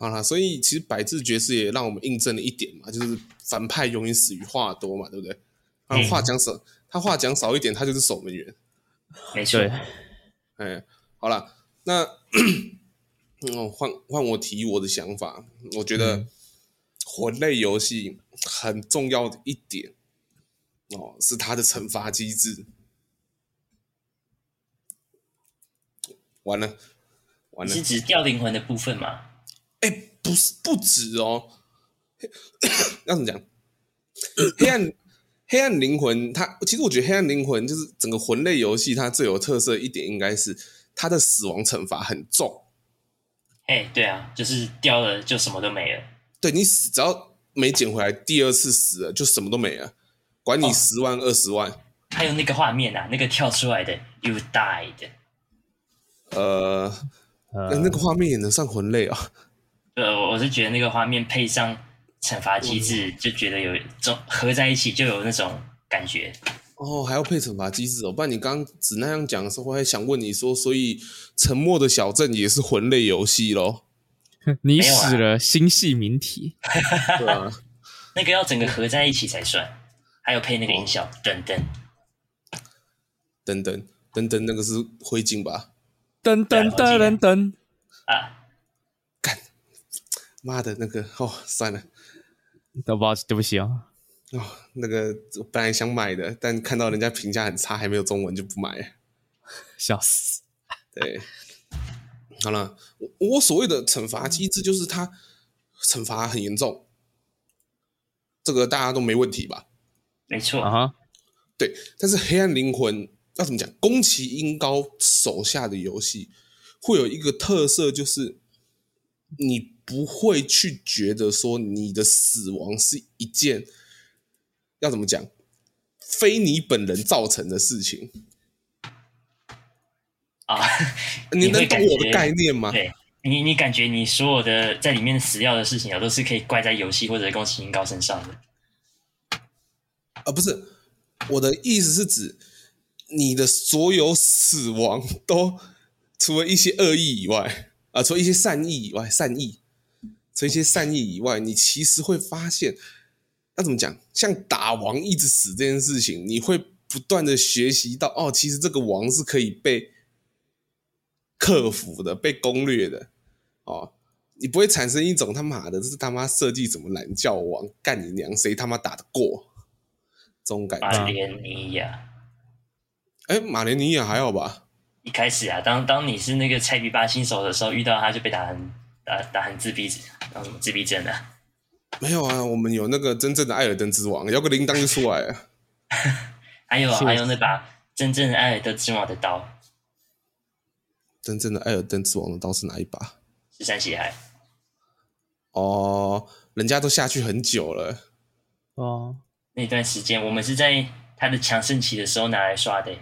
Speaker 1: 好啦，所以其实百智爵士也让我们印证了一点嘛，就是反派永远死于话多嘛，对不对？他话讲少，他话讲少一点，他就是守门员。
Speaker 3: 没错，
Speaker 2: 对，
Speaker 1: 哎，好啦，那 嗯，换换我提我的想法，我觉得魂类游戏很重要的一点哦，是它的惩罚机制。完了，完
Speaker 3: 你
Speaker 1: 了
Speaker 3: 是，指掉灵魂的部分吗？
Speaker 1: 哎、不是不止哦， 要怎么讲？黑暗黑暗灵魂它，其实我觉得黑暗灵魂就是整个魂类游戏它最有特色的一点，应该是它的死亡惩罚很重。
Speaker 3: 哎、对啊，就是掉了就什么都没了。
Speaker 1: 对你死，只要没捡回来，第二次死了就什么都没了，管你
Speaker 3: 哦
Speaker 1: 十万二十万。
Speaker 3: 还有那个画面啊，那个跳出来的 “you died”，
Speaker 1: 呃，那那个画面也能算魂类啊？
Speaker 3: 呃，我我是觉得那个画面配上惩罚机制，就觉得有种合在一起就有那种感觉。
Speaker 1: 哦，还要配惩罚机制哦，不然你刚刚只那样讲的时候，我还想问你说，所以《沉默的小镇》也是魂类游戏咯？
Speaker 2: 你
Speaker 3: 没有啊
Speaker 2: 死了，心系名体。
Speaker 1: 对啊，
Speaker 3: 那个要整个合在一起才算，还有配那个音效，等等，
Speaker 1: 等等等等，那个是灰烬吧？
Speaker 2: 噔噔
Speaker 3: 对啊
Speaker 2: 噔
Speaker 3: 我记
Speaker 2: 噔噔，
Speaker 3: 啊，
Speaker 1: 妈的，那个哦，算了。
Speaker 2: 对不起，对不起哦。
Speaker 1: 哦，那个我本来想买的，但看到人家评价很差，还没有中文就不买了。
Speaker 2: 笑死！
Speaker 1: 对，好了，我我所谓的惩罚机制就是他惩罚很严重，这个大家都没问题吧？
Speaker 3: 没错，
Speaker 2: 啊哈，
Speaker 1: 对，但是黑暗灵魂要怎么讲？宫崎英高手下的游戏会有一个特色，就是你不会去觉得说你的死亡是一件要怎么讲，非你本人造成的事情。
Speaker 3: 啊，
Speaker 1: 你
Speaker 3: 你会
Speaker 1: 能懂
Speaker 3: 感
Speaker 1: 我的
Speaker 3: 觉
Speaker 1: 概念吗？
Speaker 3: 对你，你感觉你所有的在里面死掉的事情啊，都是可以怪在游戏或者宫崎英高身上的。
Speaker 1: 啊，不是，我的意思是指你的所有死亡都除了一些恶意以外，啊，除了一些善意以外，善意，除了一些善意以外，你其实会发现，要怎么讲？像打王一直死这件事情，你会不断的学习到，哦，其实这个王是可以被克服的，被攻略的，哦。你不会产生一种他妈的，这是他妈设计什么懒教王，干你娘，谁他妈打得过？这种感觉。
Speaker 3: 马莲尼亚
Speaker 1: 哎，马连尼也还好吧？
Speaker 3: 一开始啊，当当你是那个菜逼吧新手的时候，遇到他就被打很打打很自闭，然后什么自闭症啊，
Speaker 1: 没有啊，我们有那个真正的艾尔登之王，摇个铃铛就出来了。
Speaker 3: 还有啊
Speaker 2: 是
Speaker 3: 还有那把真正的艾尔德之王的刀，
Speaker 1: 真正的艾尔登之王的刀是哪一把？
Speaker 3: 十三血海。
Speaker 1: 哦，人家都下去很久了。
Speaker 2: 哦，
Speaker 3: 那段时间，我们是在他的强盛期的时候拿来刷的，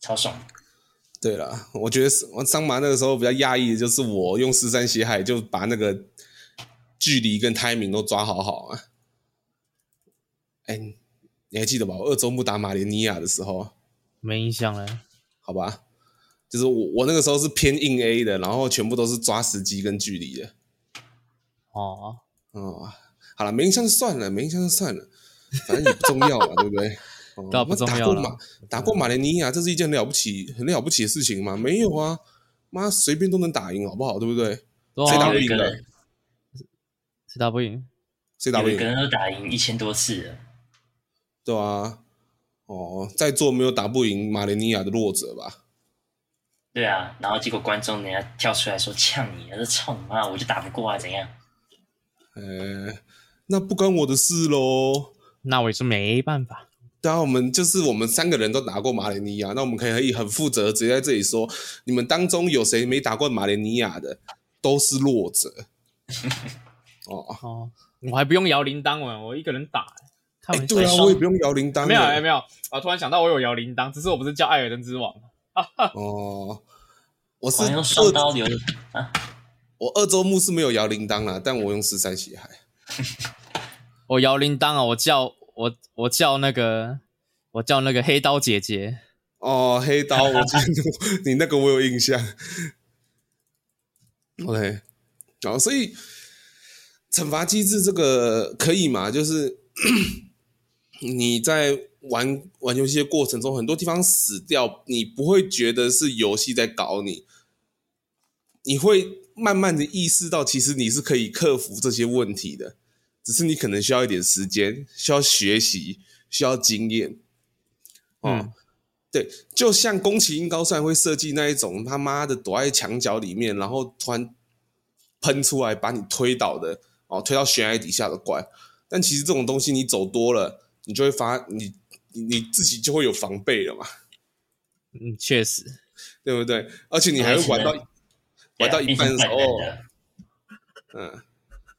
Speaker 3: 超爽。
Speaker 1: 对了，我觉得是我桑麻那个时候比较压抑的就是我用十三血海就把那个距离跟 timing 都抓好好啊。哎，你还记得吧？我二周目打马连尼亚的时候，
Speaker 2: 没印象了。
Speaker 1: 好吧，就是我我那个时候是偏硬 A 的，然后全部都是抓时机跟距离的。
Speaker 2: 哦，
Speaker 1: 哦，好了，没印象就算了，没印象就算了，反正也不重要了， 对不对？哦
Speaker 2: 对啊不重
Speaker 1: 打
Speaker 2: 要
Speaker 1: 过
Speaker 2: 啦嗯
Speaker 1: 马打过马连尼亚，这是一件了不起、很了不起的事情吗？没有啊，妈随便都能打赢，好不好？对不对？
Speaker 2: 对啊
Speaker 1: 谁打不
Speaker 3: 有一
Speaker 1: 赢
Speaker 3: 个
Speaker 1: 的
Speaker 3: 人？
Speaker 2: 谁打不赢？
Speaker 1: 谁打不
Speaker 3: 有一
Speaker 1: 赢
Speaker 3: 个？人都打赢一千多次了，
Speaker 1: 对啊，哦，在座没有打不赢马连尼亚的弱者吧？
Speaker 3: 对啊，然后结果观众人家跳出来说呛你，他说操你妈，我就打不过啊，怎样？
Speaker 1: 呃，那不关我的事喽。
Speaker 2: 那我也是没办法。
Speaker 1: 对啊，我们就是我们三个人都打过马连尼亚，那我们可以很负责，直接在这里说，你们当中有谁没打过马连尼亚的，都是弱 者。哦，哦
Speaker 2: 哦，我还不用摇铃铛我我一个人打。他们
Speaker 1: 对啊，
Speaker 3: 双
Speaker 1: 我也不用摇铃铛了。
Speaker 4: 没有哎没有啊！突然想到我有摇铃铛，只是我不是叫艾尔登之王，
Speaker 1: 哦，我是
Speaker 3: 我用双
Speaker 1: 二
Speaker 3: 刀流啊，
Speaker 1: 我二周目是没有摇铃铛啦，但我用十三血海。
Speaker 4: 我摇铃铛啊！我叫我我叫那个我叫那个黑刀姐姐，
Speaker 1: 哦，黑 刀，我记得你那个我有印象。OK，好，所以惩罚机制这个可以嘛？就是你在玩玩游戏的过程中，很多地方死掉，你不会觉得是游戏在搞你，你会慢慢的意识到，其实你是可以克服这些问题的，只是你可能需要一点时间，需要学习，需要经验。哦，
Speaker 4: 嗯
Speaker 1: 对，就像宫崎英高虽然会设计那一种他妈的躲在墙角里面，然后突然喷出来把你推倒的哦，推到悬崖底下的怪，但其实这种东西你走多了，你就会发你你你自己就会有防备了嘛，
Speaker 4: 嗯，确实，
Speaker 1: 对不对？而且你还会玩到
Speaker 3: 对
Speaker 1: 玩到一半的时候，哦嗯，
Speaker 3: 对啊变成坏人了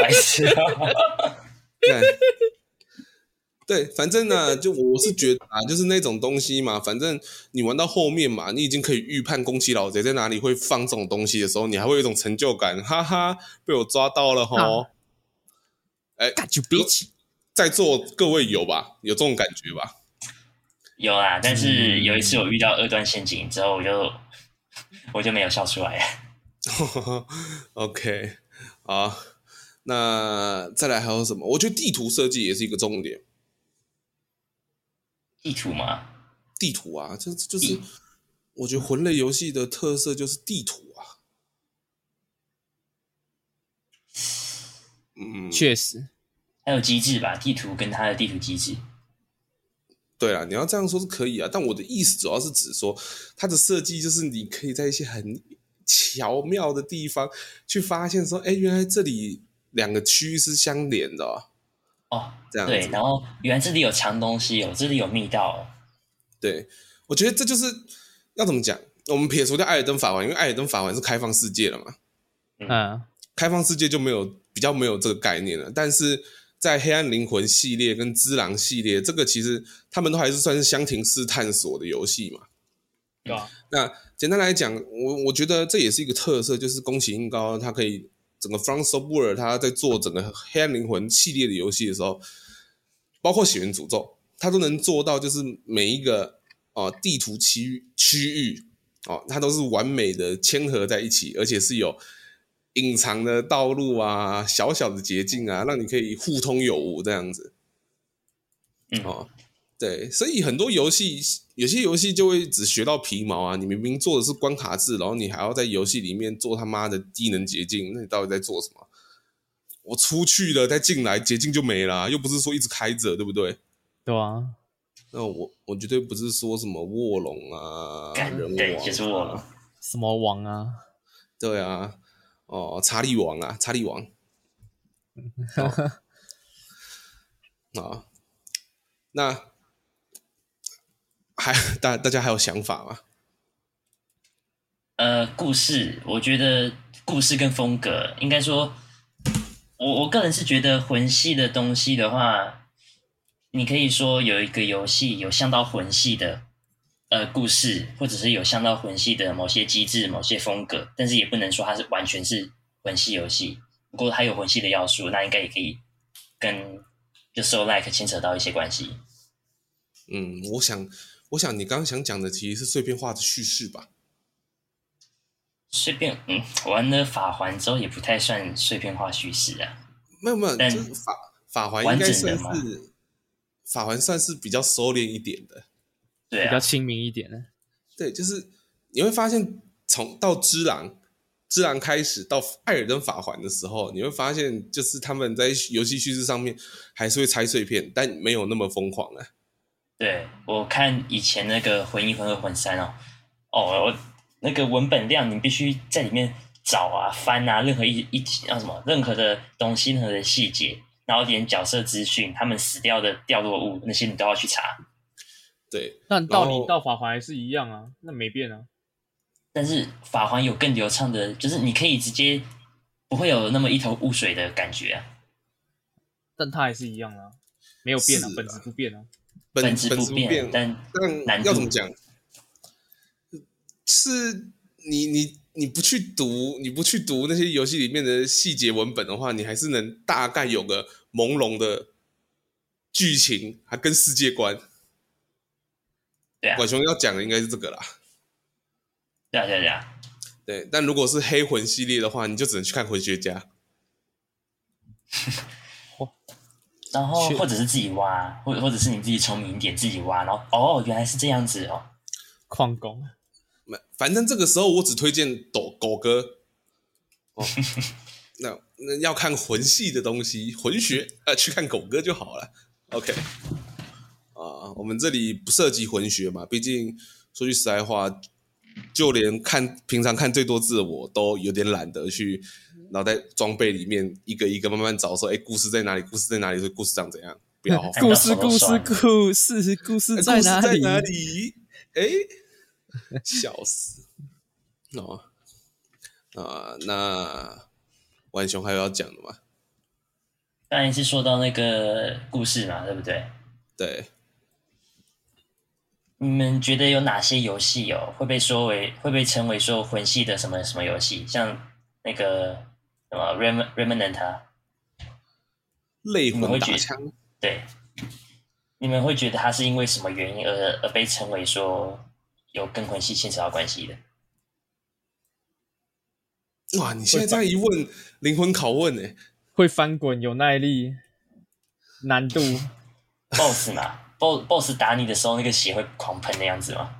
Speaker 3: 白痴啊、
Speaker 1: 对对，反正呢，就我是觉得啊，就是那种东西嘛，反正你玩到后面嘛，你已经可以预判宫崎老贼在哪里会放这种东西的时候，你还会有一种成就感，哈哈，被我抓到了吼！哎、
Speaker 4: 就 bitch，
Speaker 1: 在座各位有吧？有这种感觉吧？
Speaker 3: 有啦，但是有一
Speaker 1: 嗯
Speaker 3: 次我遇到二段陷阱之后，我就 我就没有笑出来。
Speaker 1: OK，好，那再来还有什么？我觉得地图设计也是一个重点。
Speaker 3: 地图嘛，
Speaker 1: 地图啊，这这就是
Speaker 3: 地
Speaker 1: 我觉得魂类游戏的特色就是地图啊。嗯，
Speaker 4: 确实，
Speaker 3: 还有机制吧，地图跟它的地图机制。
Speaker 1: 对啊，你要这样说是可以啊，但我的意思主要是指说它的设计就是你可以在一些很巧妙的地方去发现说，哎，原来这里两个区域是相连的、哦，
Speaker 3: 哦，
Speaker 1: 这样
Speaker 3: 对，
Speaker 1: 子。
Speaker 3: 然后原来这里有藏东西哦，这里有密道哦。
Speaker 1: 对，我觉得这就是要怎么讲，我们撇除掉《艾尔登法环》，因为《艾尔登法环》是开放世界了嘛，
Speaker 4: 嗯，
Speaker 1: 开放世界就没有比较没有这个概念了。但是在黑暗灵魂系列跟只狼系列，这个其实他们都还是算是箱庭式探索的游戏嘛。
Speaker 4: 对啊，
Speaker 1: 那简单来讲，我我觉得这也是一个特色，就是宫崎英高他可以整个 From Software 他在做整个黑暗灵魂系列的游戏的时候，包括血缘诅咒，他都能做到，就是每一个哦、呃地图区域区域哦，它都是完美的嵌合在一起，而且是有隐藏的道路啊、小小的捷径啊，让你可以互通有无这样子。
Speaker 3: 嗯
Speaker 1: 哦，对，所以很多游戏，有些游戏就会只学到皮毛啊。你明明做的是关卡制，然后你还要在游戏里面做他妈的低能捷径，那你到底在做什么？我出去了再进来，捷径就没啦、又不是说一直开着，对不对？
Speaker 4: 对啊，
Speaker 1: 那我我绝对不是说什么卧龙啊、
Speaker 3: 干
Speaker 1: 人王、啊，
Speaker 3: 对，就是我了。
Speaker 4: 什么王啊，
Speaker 1: 对啊，哦，查理王啊，查理王，啊、哦那还 大大家还有想法吗？
Speaker 3: 呃，故事，我觉得故事跟风格，应该说，我我个人是觉得魂系的东西的话，你可以说有一个游戏有像到魂系的呃故事，或者是有像到魂系的某些机制、某些风格，但是也不能说它是完全是魂系游戏。不过它有魂系的要素，那应该也可以跟就 so like 牵扯到一些关系。
Speaker 1: 嗯，我想，我想你刚刚想讲的其实是碎片化的叙事吧？
Speaker 3: 碎片，嗯，玩了法环之后也不太算碎片化叙事啊。
Speaker 1: 没有没有，
Speaker 3: 但
Speaker 1: 就是法法环应
Speaker 3: 完
Speaker 1: 该
Speaker 3: 整
Speaker 1: 算
Speaker 3: 的
Speaker 1: 是法环算是比较收敛一点的，
Speaker 3: 对
Speaker 4: 比
Speaker 3: 啊，
Speaker 4: 较亲民一点的，
Speaker 1: 对，就是你会发现从到之狼自然开始到艾尔登法环的时候，你会发现，就是他们在游戏叙事上面还是会拆碎片，但没有那么疯狂啊了、
Speaker 3: 对我看以前那个魂一、魂二、魂三哦，哦，我那个文本量你必须在里面找啊、翻啊，任何一一那什么，任何的东西、任何的细节，然后连角色资讯、他们死掉的掉落物那些你都要去查。
Speaker 1: 对，
Speaker 4: 但道
Speaker 1: 然
Speaker 4: 理
Speaker 1: 后
Speaker 4: 到法环还是一样啊，那没变啊。
Speaker 3: 但是法环有更流畅的，就是你可以直接不会有那么一头雾水的感觉啊。
Speaker 4: 但它还是一样啊，没有变啊
Speaker 1: 是，啊
Speaker 4: 本质不变啊。
Speaker 1: 本
Speaker 3: 本质
Speaker 1: 本
Speaker 3: 不
Speaker 1: 质不
Speaker 3: 变，
Speaker 1: 变，
Speaker 3: 但难
Speaker 1: 但
Speaker 3: 度
Speaker 1: 要怎么讲？是你你你不去读，你不去读那些游戏里面的细节文本的话，你还是能大概有个朦胧的剧情，还跟世界观。
Speaker 3: 对啊
Speaker 1: 管雄要讲的应该是这个啦。
Speaker 3: 对啊对啊对啊，
Speaker 1: 对，但如果是黑魂系列的话，你就只能去看魂学家。
Speaker 3: 然后
Speaker 4: 是
Speaker 3: 或者是自己挖，或或者是你自己聪明一点自己挖，然后哦原来是这样子哦，
Speaker 4: 矿工，
Speaker 1: 没反正这个时候我只推荐狗狗哥。哦，那那要看魂系的东西，魂学呃，去看狗哥就好了。OK，啊，我们这里不涉及魂学嘛，毕竟说句实在话，就连看平常看最多字的我都有点懒得去脑袋装备里面一个一个慢慢找说，哎，故事在哪里？故事在哪里？所以故事长怎样？哎不要好烦，
Speaker 4: 故事故事故事哎故事在
Speaker 1: 哪
Speaker 4: 哪
Speaker 1: 在
Speaker 4: 里？
Speaker 1: 哪里？哎、 笑死！哦，啊，那浣熊还有要讲的吗？
Speaker 3: 当然是说到那个故事嘛，对不对？
Speaker 1: 对，
Speaker 3: 你们觉得有哪些游戏哦会被说为会被称为说魂系的什么什么游戏？像那个什么 Reman Remanent 啊，
Speaker 1: 类
Speaker 3: 你们
Speaker 1: 魂
Speaker 3: 会
Speaker 1: 打
Speaker 3: 觉
Speaker 1: 枪，
Speaker 3: 对，你们会觉得它是因为什么原因而而被称为说有跟魂系牵扯到关系的？
Speaker 1: 哇！你现在这样一问，灵魂拷问呢、欸
Speaker 4: 会翻滚，有耐力，难 度
Speaker 3: BOSS 嘛，BOSS BOSS 打你的时候，那个血会狂喷的样子吗？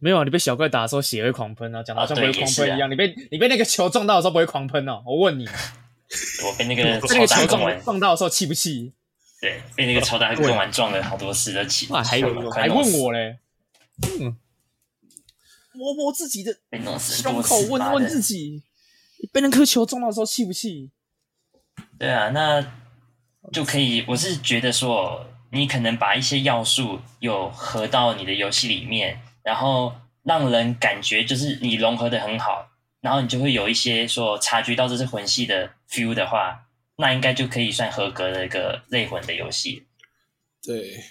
Speaker 4: 没有啊？你被小怪打的时候血会狂喷啊，讲得好像
Speaker 3: 啊
Speaker 4: 不会
Speaker 3: 对
Speaker 4: 狂
Speaker 3: 也是
Speaker 4: 喷
Speaker 3: 啊
Speaker 4: 一样。你被你被那个球撞到的时候不会狂喷哦、我 问你，
Speaker 3: 我被那个
Speaker 4: 被那
Speaker 3: 超
Speaker 4: 个
Speaker 3: 大
Speaker 4: 球
Speaker 3: 棍丸
Speaker 4: 撞，撞到的时候气不气？
Speaker 3: 对，被那个超大棍丸撞了好多次，都起
Speaker 4: 哇，还有嗯
Speaker 3: 快
Speaker 4: 还
Speaker 3: 弄
Speaker 4: 问
Speaker 3: 死
Speaker 4: 我嘞？
Speaker 2: 摸摸自己的
Speaker 3: 被弄死
Speaker 2: 胸
Speaker 3: 多
Speaker 2: 口
Speaker 3: 次，
Speaker 2: 问
Speaker 3: 妈
Speaker 2: 问
Speaker 3: 的
Speaker 2: 自己，
Speaker 4: 你被那颗球撞到的时候气不气？
Speaker 3: 对啊，那就可以。我是觉得说，你可能把一些要素有合到你的游戏里面，然后让人感觉就是你融合的很好，然后你就会有一些说察觉到这是魂系的 feel 的话，那应该就可以算合格的一个类魂的游戏。
Speaker 1: 对，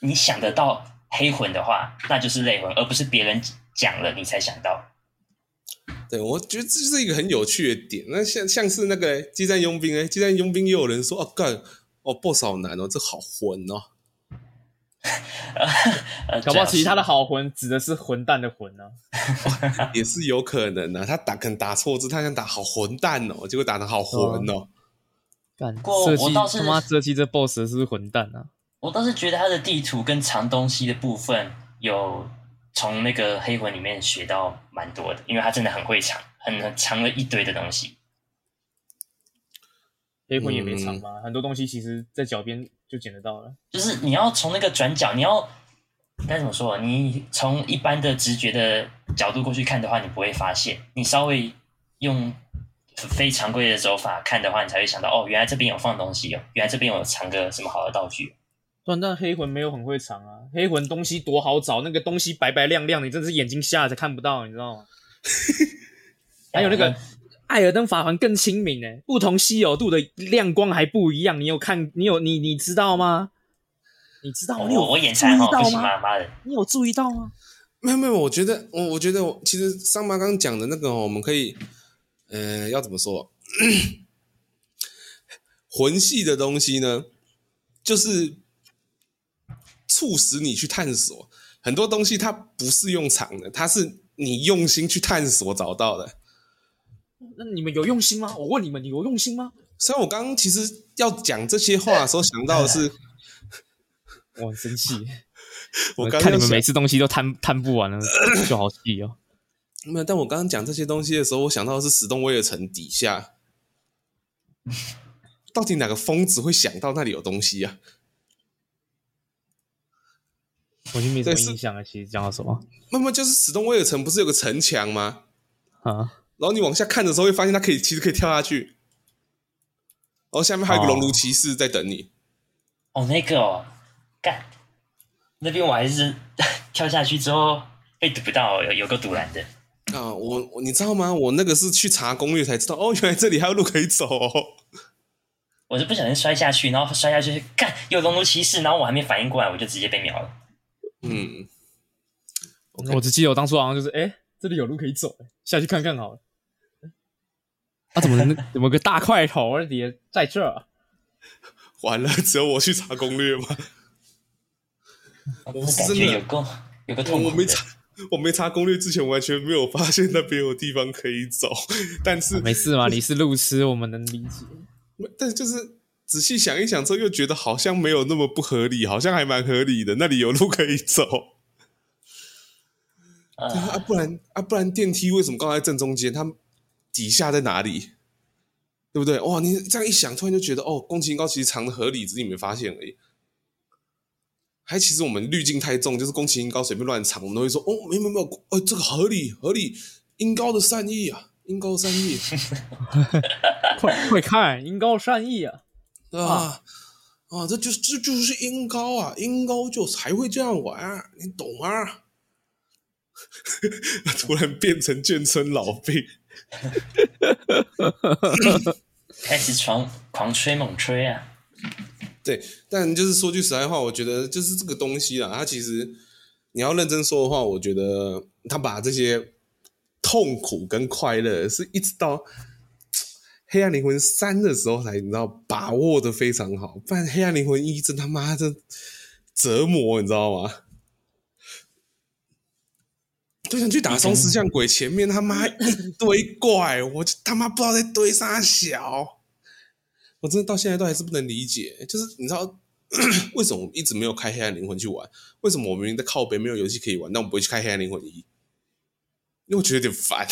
Speaker 3: 你想得到黑魂的话，那就是类魂，而不是别人讲了你才想到。
Speaker 1: 对，我觉得这就是一个很有趣的点。那像像是那个激战佣兵哎，激战佣兵也有人说，哦、干，哦 BOSS 好难哦，这好混哦。
Speaker 3: 呃，
Speaker 4: 搞不好
Speaker 3: 最
Speaker 4: 其实
Speaker 3: 是
Speaker 4: 他的好魂指的是混蛋的啊混呢、
Speaker 3: 啊
Speaker 1: 也是有可能的、啊。他打可能打错字，他想打好混蛋哦，结果打的好混哦。
Speaker 4: 干
Speaker 3: 过
Speaker 4: 设计
Speaker 3: 我倒是
Speaker 4: 他妈设计这 boss 的是不是混蛋啊！
Speaker 3: 我倒是觉得它的地图跟藏东西的部分有从那个黑魂里面学到蛮多的，因为它真的很会藏，很藏了一堆的东西。
Speaker 4: 黑魂也没藏嘛，很多东西其实在脚边就捡得到了。
Speaker 3: 就是你要从那个转角，你要该怎么说？啊你从一般的直觉的角度过去看的话，你不会发现；你稍微用非常规的手法看的话，你才会想到哦，原来这边有放东西哦，原来这边有藏个什么好的道具。哦
Speaker 4: 对啊，但黑魂没有很会藏啊，黑魂东西多好找，那个东西白白亮亮，你真是眼睛瞎了才看不到，你知道吗？还有那个艾尔登法环更亲民呢、不同稀有度的亮光还不一样。你有看？你有你你知道吗？你知道？
Speaker 3: 我
Speaker 4: 你有
Speaker 3: 我我眼
Speaker 4: 注
Speaker 3: 馋哦
Speaker 4: 意，
Speaker 3: 不
Speaker 4: 到
Speaker 3: 行
Speaker 4: 吗？
Speaker 3: 妈妈的，
Speaker 2: 你有注意到吗？
Speaker 1: 没有没有，我觉得我我觉得我其实上巴刚讲的那个、哦，我们可以，呃，要怎么说？ 魂系的东西呢，就是促使你去探索很多东西，它不是用藏的，它是你用心去探索找到的。
Speaker 4: 那你们有用心吗？我问你们，你有用心吗？
Speaker 1: 虽然我刚刚其实要讲这些话的时候想到的 是，
Speaker 4: 我很生气，
Speaker 1: 我刚刚
Speaker 4: 看你
Speaker 1: 要
Speaker 4: 们
Speaker 1: 想
Speaker 4: 每次东西都摊摊不完了，就好气哦。
Speaker 1: 没有，但我刚刚讲这些东西的时候，我想到的是史东威尔城底下，到底哪个疯子会想到那里有东西啊？
Speaker 4: 我就没什
Speaker 1: 对
Speaker 4: 么
Speaker 1: 是
Speaker 4: 印象了。其实讲到什么
Speaker 1: 那么就是史东威尔城不是有个城墙吗？
Speaker 4: 啊？
Speaker 1: 然后你往下看的时候会发现它可以其实可以跳下去，然后下面还有一个
Speaker 4: 哦
Speaker 1: 龙族骑士在等你。
Speaker 3: 哦，那个哦，干，那边我还是 跳下去之后被堵到，哦有有个堵拦的。
Speaker 1: 啊，我我你知道吗？我那个是去查攻略才知道，哦，原来这里还有路可以走、哦。
Speaker 3: 我是不小心摔下去，然后摔下去，干有龙族骑士，然后我还没反应过来，我就直接被秒了。
Speaker 1: 嗯，
Speaker 4: 我只记得我当初好像就是，哎、这里有路可以走、哎下去看看好了。啊，怎么能 怎么个大块头啊？也在这儿啊？
Speaker 1: 完了，只有我去查攻略吗？ 我
Speaker 3: 哦那
Speaker 1: 是
Speaker 3: 感
Speaker 1: 真
Speaker 3: 觉
Speaker 1: 的
Speaker 3: 有够有个痛苦
Speaker 1: 我
Speaker 3: 的
Speaker 1: 没查，我没查攻略之前完全没有发现那边有地方可以走，但是、
Speaker 4: 没事嘛，你是路痴，我们能理解。
Speaker 1: 但是就是仔细想一想之后，又觉得好像没有那么不合理，好像还蛮合理的，那里有路可以走。对 啊，
Speaker 3: 呃
Speaker 1: 啊不然啊，不然电梯为什么刚才正中间？它底下在哪里？对不对？哇，你这样一想，突然就觉得哦，宫崎英高其实藏的合理，只是你没发现而已。还其实我们滤镜太重，就是宫崎英高随便乱藏，我们都会说哦，没有没有没有，哦，这个合理合理，英高的善意啊，英高的善意，
Speaker 4: 快快看，因高善意啊！
Speaker 1: 对吧？啊，这就是这就是英高啊，英高就才会这样玩，你懂吗？ 突然变成眷村老兵。
Speaker 3: 开始狂狂吹猛吹啊！
Speaker 1: 对，但就是说句实在话，我觉得就是这个东西啦，它其实你要认真说的话，我觉得他把这些痛苦跟快乐，是一直到《黑暗灵魂三》的时候才你知道把握的非常好，不然《黑暗灵魂一》真他妈的折磨，你知道吗？就想去打松石像鬼，前面他妈一堆怪，我就他妈不知道在堆啥小。我真的到现在都还是不能理解，就是你知道 为什么我们一直没有开黑暗灵魂去玩？为什么我明明在靠北没有游戏可以玩，但我们不会去开黑暗灵魂一？因为我觉得有点烦。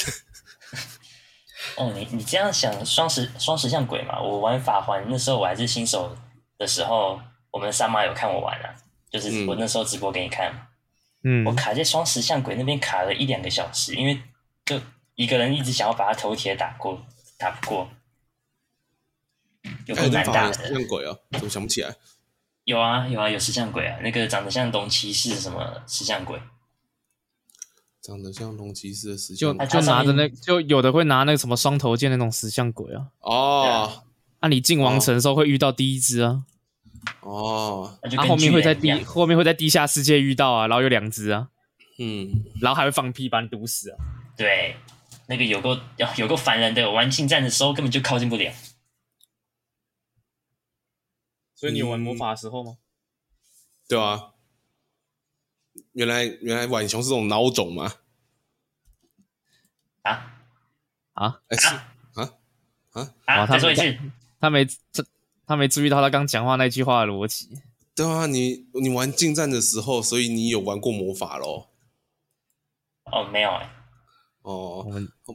Speaker 3: 哦，你你这样想，双十双十像鬼嘛？我玩法环那时候我还是新手的时候，我们三妈有看我玩啊，就是
Speaker 1: 嗯
Speaker 3: 我那时候直播给你看嘛。
Speaker 4: 嗯
Speaker 3: 我卡在双十像鬼那边卡了一两个小时，因为就一个人一直想要把他头铁打过，打不过，有
Speaker 1: 还
Speaker 3: 够
Speaker 4: 哎
Speaker 1: 有
Speaker 3: 难
Speaker 1: 人法
Speaker 3: 打
Speaker 1: 环
Speaker 3: 的。
Speaker 1: 像鬼啊，怎么想不起来？
Speaker 3: 有啊有啊有石像鬼啊，那个长得像龙骑士什么石像鬼，
Speaker 1: 长得像龙骑士的石
Speaker 4: 就
Speaker 1: 像
Speaker 3: 他
Speaker 1: 鬼
Speaker 4: 就
Speaker 3: 上
Speaker 4: 拿着
Speaker 3: 面
Speaker 4: 那，就有的会拿那个什么双头剑那种石像鬼啊。
Speaker 1: 哦
Speaker 4: 啊，你进王城的时候会遇到第一只啊，
Speaker 1: 哦，
Speaker 3: 那就
Speaker 4: 啊
Speaker 3: 跟
Speaker 4: 后面
Speaker 3: 巨
Speaker 4: 会在
Speaker 3: 人一
Speaker 4: 地
Speaker 3: 样。
Speaker 4: 后面会在地下世界遇到啊，然后有两只啊，
Speaker 1: 嗯，
Speaker 4: 然后还会放屁把你毒死啊。
Speaker 3: 对，那个有够有够烦人的，玩近战的时候根本就靠近不了。
Speaker 4: 所以你有玩
Speaker 1: 嗯
Speaker 4: 魔法的时候吗？
Speaker 1: 对啊。原来原来浣熊是这种孬种吗？
Speaker 3: 啊
Speaker 4: 啊，
Speaker 1: 哎是
Speaker 4: 哇他
Speaker 3: 啊！再说一次，
Speaker 4: 他没这他没注意到他刚讲话那句话的逻辑。
Speaker 1: 对啊，你你玩近战的时候，所以你有玩过魔法咯。
Speaker 3: 哦，没有哎、
Speaker 1: 哦
Speaker 4: 我，们
Speaker 1: 不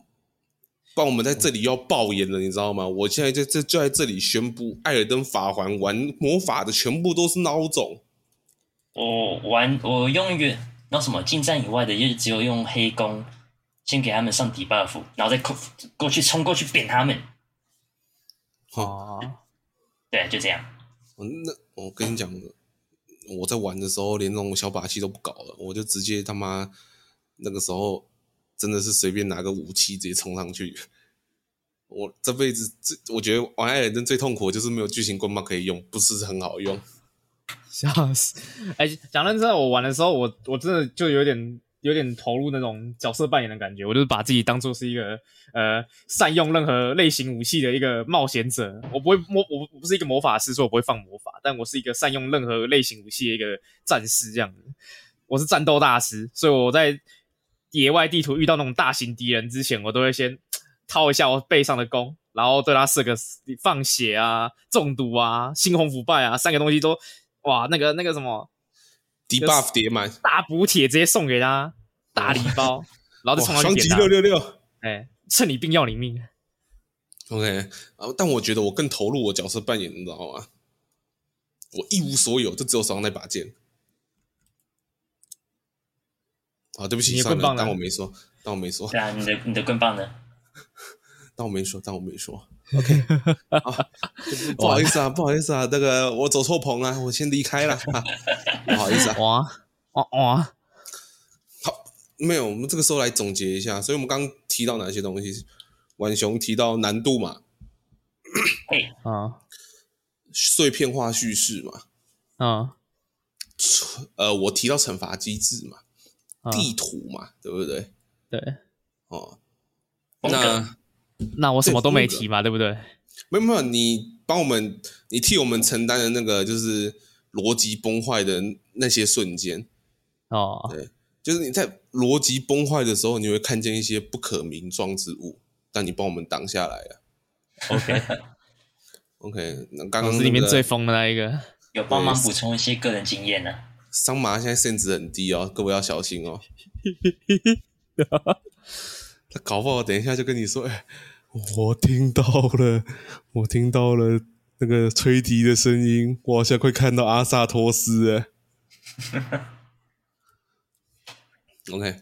Speaker 1: 然我们在
Speaker 4: 嗯
Speaker 1: 这里要爆言了，你知道吗？我现在在这就在这里宣布，《艾尔登法环》玩魔法的全部都是孬种。
Speaker 3: 我玩我用远那什么近战以外的，就是只有用黑弓，先给他们上 debuff，然后再过过去冲过去扁他们。
Speaker 4: 哦，
Speaker 3: 对，就这样。
Speaker 1: 嗯那我跟你讲，我在玩的时候连那种小把戏都不搞了，我就直接他妈那个时候真的是随便拿个武器直接冲上去。我这辈子最我觉得玩《艾尔登》最痛苦的就是没有巨型棍棒可以用，不是很好用。
Speaker 4: 笑死！哎，讲认真的，我玩的时候，我我真的就有点有点投入那种角色扮演的感觉，我就是把自己当做是一个呃善用任何类型武器的一个冒险者。我不会魔，我我不是一个魔法师，所以我不会放魔法，但我是一个善用任何类型武器的一个战士，这样子。我是战斗大师，所以我在野外地图遇到那种大型敌人之前，我都会先掏一下我背上的弓，然后对他射个放血啊、中毒啊、猩红腐败啊，三个东西都哇，那个那个什么
Speaker 1: debuff 叠满，
Speaker 4: 大补帖直接送给他，大礼包。然后再冲
Speaker 1: 哇
Speaker 4: 上
Speaker 1: 双
Speaker 4: 去
Speaker 1: 击
Speaker 4: 扁他
Speaker 1: 六。六六
Speaker 4: 哎，趁你病要你命。
Speaker 1: ，OK 啊！但我觉得我更投入我角色扮演，你知道吗？我一无所有，就只有手上那把剑。啊，对不
Speaker 4: 你
Speaker 1: 起，
Speaker 4: 也
Speaker 1: 算
Speaker 4: 棍棒
Speaker 1: 了，
Speaker 4: 了
Speaker 1: 当我没说，当我没说，
Speaker 3: 对啊，你的你的棍棒呢？
Speaker 1: 当我没说，当我没 说。OK，好，就不好意思啊，不好意思啊，那个我走错棚了，我先离开了，啊不好意思啊。
Speaker 4: 哇哇哇！
Speaker 1: 没有，我们这个时候来总结一下，所以我们刚刚提到哪些东西？浣熊提到难度嘛，
Speaker 4: 啊
Speaker 1: 碎片化叙事嘛，
Speaker 4: 啊
Speaker 1: 呃，我提到惩罚机制嘛，
Speaker 4: 啊！
Speaker 1: 地图嘛，对不对？
Speaker 4: 对，
Speaker 1: 哦，
Speaker 3: 风格
Speaker 1: 那
Speaker 4: 那我什么都没
Speaker 1: 对
Speaker 4: 提嘛，对不对？
Speaker 1: 没有没有，你帮我们，你替我们承担的那个就是逻辑崩坏的那些瞬间，
Speaker 4: 哦
Speaker 1: 就是你在逻辑崩坏的时候，你会看见一些不可名状之物，但你帮我们挡下来了。
Speaker 4: ，OK，
Speaker 1: OK，那刚刚、那
Speaker 4: 我哦是
Speaker 1: 个、
Speaker 4: 里面最疯的那一个。
Speaker 3: 有帮忙补充一些个人经验呢、
Speaker 1: 桑麻现在限值很低哦，各位要小心哦。他搞不好等一下就跟你说：“哎、我听到了，我听到了那个吹笛的声音，我好像快看到阿萨托斯哎了。”OK，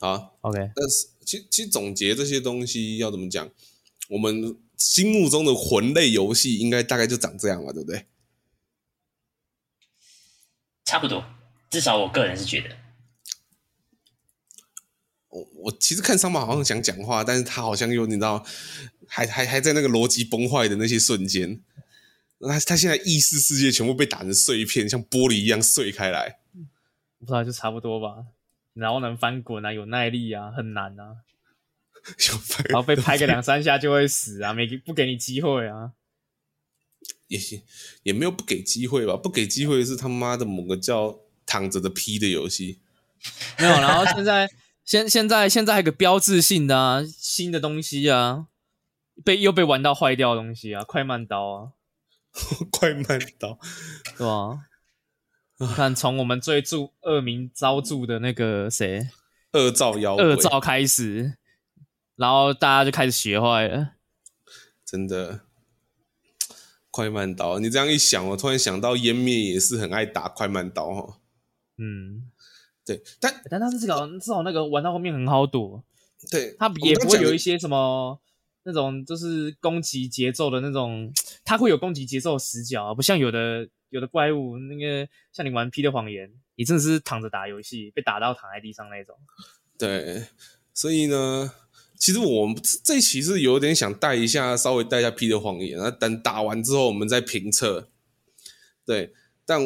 Speaker 1: 好，
Speaker 4: OK，
Speaker 1: 但是其其实总结这些东西要怎么讲？我们心目中的魂类游戏应该大概就长这样嘛，对不对？
Speaker 3: 差不多，至少我个人是觉得，
Speaker 1: 我我其实看桑马好像想讲话，但是他好像又你知道，还还还在那个逻辑崩坏的那些瞬间，他他现在意识世界全部被打成碎片，像玻璃一样碎开来。
Speaker 4: 不知道就差不多吧。然后能翻滚啊，有耐力啊，很难 啊，
Speaker 1: 小白
Speaker 4: 然后被拍个两三下就会死啊，没给不给你机会啊。
Speaker 1: 也也没有不给机会吧？不给机会是他妈的某个叫躺着的 P 的游戏。
Speaker 4: 没有，然后现在现现在现在还有个标志性的啊，新的东西啊，被又被玩到坏掉的东西啊，快慢刀啊，
Speaker 1: 快慢刀，
Speaker 4: 对吧、你看，从我们最著恶名昭著的那个谁
Speaker 1: 恶兆妖鬼，
Speaker 4: 恶兆开始，然后大家就开始学坏了。
Speaker 1: 真的快慢刀。你这样一想，我突然想到湮灭也是很爱打快慢刀哈。
Speaker 4: 嗯，
Speaker 1: 对，但
Speaker 4: 但他至少至少那个玩到后面很好躲，
Speaker 1: 对
Speaker 4: 他
Speaker 1: 我
Speaker 4: 也
Speaker 1: 刚
Speaker 4: 不会
Speaker 1: 讲的
Speaker 4: 有一些什么那种就是攻击节奏的那种，他会有攻击节奏的死角啊，不像有的有的怪物那个像你玩《P 的谎言》，你真的是躺着打游戏，被打到躺在地上那种。
Speaker 1: 对，所以呢，其实我们这这一期是有点想带一下，稍微带一下 P 的谎言，那等打完之后我们再评测。对，但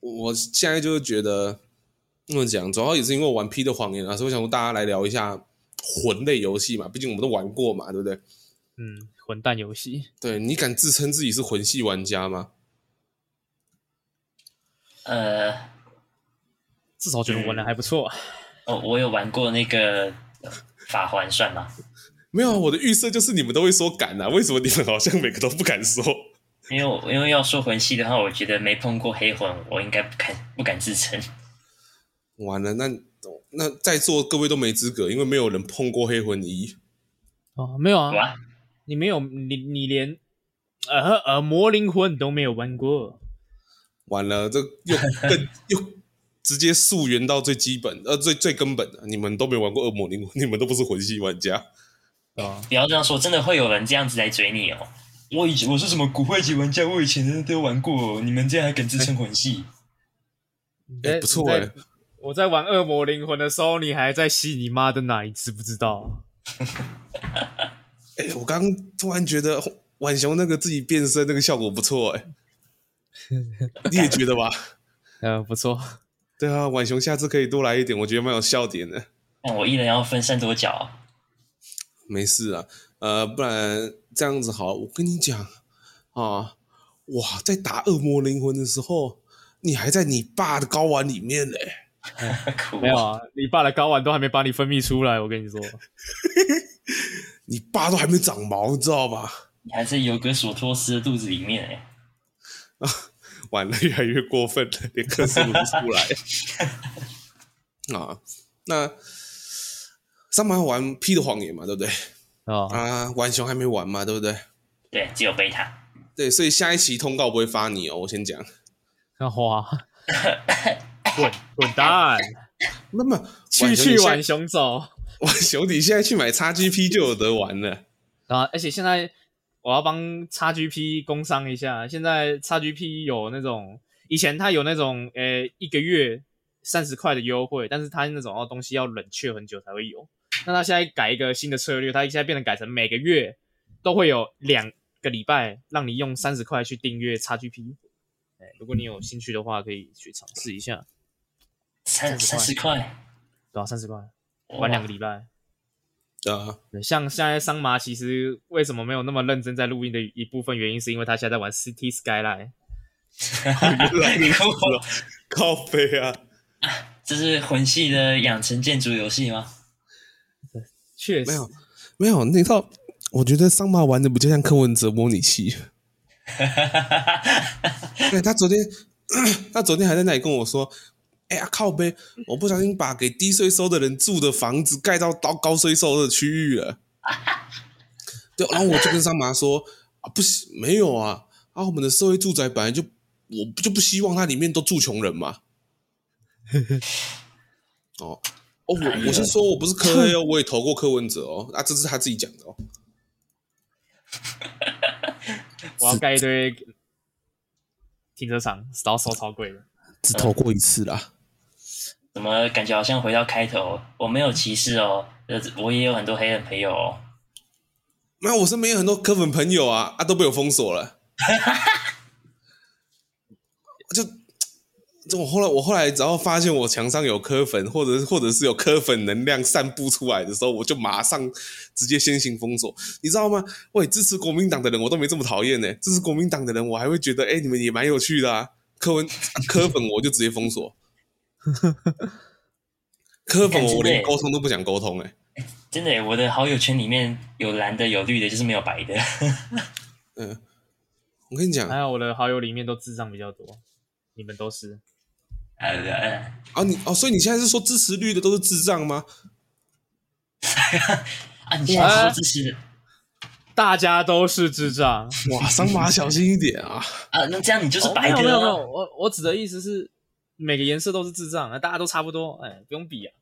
Speaker 1: 我现在就是觉得，那么讲，主要也是因为我玩 P 的谎言啊，所以我想说大家来聊一下魂类游戏嘛，毕竟我们都玩过嘛，对不对？
Speaker 4: 嗯，混蛋游戏，
Speaker 1: 对你敢自称自己是魂系玩家吗？
Speaker 3: 呃，
Speaker 4: 至少觉得
Speaker 1: 嗯
Speaker 4: 玩的还不错。啊
Speaker 3: 哦，我有玩过那个呃法环算吗？
Speaker 1: 没有啊，我的预设就是你们都会说敢啊，为什么你们好像每个都不敢说？
Speaker 3: 因为我因为要说魂系的话，我觉得没碰过黑魂，我应该不敢不敢自称。
Speaker 1: 完了，那那在座各位都没资格，因为没有人碰过黑魂一。
Speaker 4: 哦，没有
Speaker 3: 好
Speaker 4: 啊，
Speaker 3: 吧，
Speaker 4: 你没有，你你连呃呃魔灵魂都没有玩过。
Speaker 1: 完了，这又更又直接溯源到最基本，呃，最最根本的，你们都没玩过恶魔灵魂，你们都不是魂系玩家。
Speaker 4: 啊，
Speaker 3: 不要这样说，真的会有人这样子来追你哦。我以前我是什么骨灰级玩家，我以前真的都玩过、你们这样还敢自称魂系？
Speaker 4: 你
Speaker 1: 哎、
Speaker 4: 在
Speaker 1: 不错
Speaker 4: 你
Speaker 1: 哎、
Speaker 4: 在我在玩《恶魔灵魂》的时候，你还在吸你妈的奶，你知不知道？啊
Speaker 1: 哎、我刚刚突然觉得浣熊那个自己变身那个效果不错哎、你也觉得吧？嗯
Speaker 4: 呃，不错。
Speaker 1: 对啊，浣熊下次可以多来一点，我觉得蛮有笑点的。
Speaker 3: 那我一人要分三多角啊、
Speaker 1: 没事啊，呃，不然这样子好了，我跟你讲啊，哇，在打恶魔灵魂的时候，你还在你爸的睾丸里面嘞，
Speaker 3: 苦
Speaker 4: 没有 啊，你爸的睾丸都还没把你分泌出来，我跟你说，
Speaker 1: 你爸都还没长毛，你知道吧？
Speaker 3: 你还在尤格索托斯的肚子里面哎、
Speaker 1: 完了，越来越过分了，连克数都不出来啊。那上班玩《P 的谎言》嘛，对不对？
Speaker 4: 哦，
Speaker 1: 啊，玩熊还没玩嘛，对不对？
Speaker 3: 对，只有贝塔，
Speaker 1: 对，所以下一期通告不会发你哦，我先讲。
Speaker 4: 那花，滚滚蛋，
Speaker 1: 那么
Speaker 4: 去去
Speaker 1: 玩
Speaker 4: 玩熊走。
Speaker 1: 玩熊，你现在去买 XGP 就有得玩了。
Speaker 4: 啊，而且现在我要帮 XGP 工商一下，现在 XGP 有那种以前它有那种呃、一个月三十块的优惠，但是它那种哦东西要冷却很久才会有。那它现在改一个新的策略，它现在变成改成每个月都会有两个礼拜让你用三十块去订阅 XGP。哎，如果你有兴趣的话，可以去尝试一下，
Speaker 3: 三
Speaker 4: 30
Speaker 3: 三十块，
Speaker 4: 对吧、啊？三十块玩两个礼拜。
Speaker 1: 啊，
Speaker 4: 对，像现在桑麻其实为什么没有那么认真在录音的一部分原因，是因为他现在在玩 City Skyline。
Speaker 1: 来
Speaker 3: 你哭
Speaker 1: 了，靠背啊！
Speaker 3: 这是魂系的养成建筑游戏吗？
Speaker 4: 确实
Speaker 1: 没，有，没有那套，我觉得桑麻玩的比较像柯文哲模拟器。对他昨天，他昨天还在那里跟我说：“哎、呀，靠背，我不小心把给低税收的人住的房子盖到到高税收的区域了。”对，然后我就跟桑麻说：“啊，不行，没有啊，啊，我们的社会住宅本来就我就不希望它里面都住穷人嘛。”哦。哦，我我是说，我不是柯 黑哦，我也投过柯文哲哦，啊，这是他自己讲的哦。
Speaker 4: 我要盖一堆停车场，然后收超贵的。
Speaker 1: 只投过一次啦。
Speaker 3: 怎么感觉好像回到开头？我没有歧视哦，呃，我也有很多黑人朋友哦。
Speaker 1: 那我身边有很多柯粉朋友啊，啊都被我封锁了。 就这，我后来我后来只要发现我墙上有柯粉，或者是或者是有柯粉能量散布出来的时候，我就马上直接先行封锁，你知道吗？喂，支持国民党的人我都没这么讨厌呢，支持国民党的人我还会觉得，哎、你们也蛮有趣的啊。柯文柯粉我就直接封锁，柯粉我连沟通都不想沟通哎、
Speaker 3: 真的耶，我的好友圈里面有蓝的有绿的，就是没有白的。
Speaker 1: 嗯，我跟你讲，
Speaker 4: 还有我的好友里面都智障比较多，你们都是。
Speaker 3: 呃，
Speaker 1: 啊，你哦，所以你现在是说支持率的都是智障 吗？
Speaker 3: 啊，你现在说支持
Speaker 4: 大家都是智 障，
Speaker 1: 哇，桑麻小心一点啊！
Speaker 3: 啊？那这样你就是
Speaker 4: 哦
Speaker 3: 白的
Speaker 4: 没有没有没有，
Speaker 3: 了。
Speaker 4: 我我指的意思是每个颜色都是智障，大家都差不多，哎，不用比啊。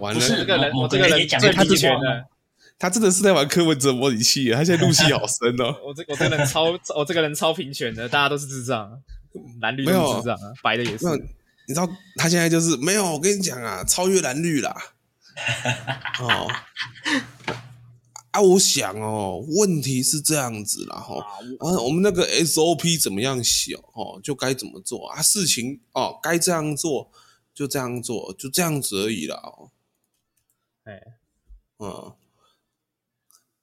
Speaker 1: 完
Speaker 3: 不
Speaker 4: 我这
Speaker 3: 是
Speaker 1: 了，
Speaker 4: 个人，
Speaker 3: 我
Speaker 4: 我这个
Speaker 3: 我也
Speaker 4: 人
Speaker 3: 讲
Speaker 4: 最
Speaker 3: 他
Speaker 4: 平
Speaker 3: 这句
Speaker 4: 权
Speaker 3: 话
Speaker 4: 的，
Speaker 1: 他真的是在玩柯文哲模拟器耶，他现在入戏好深哦。
Speaker 4: 我这我这个人超 我这个人超平权的，大家都是智障，蓝绿都
Speaker 1: 没有
Speaker 4: 是智障啊，白的也是
Speaker 1: 没。有，你知道他现在就是没有，我跟你讲啊，超越蓝绿啦。哦，啊，我想哦，问题是这样子啦，哈、啊，我们那个 SOP 怎么样写哦，就该怎么做啊？事情哦，该这样做就这样做，就这样子而已啦。哦，
Speaker 4: 哎，
Speaker 1: 嗯，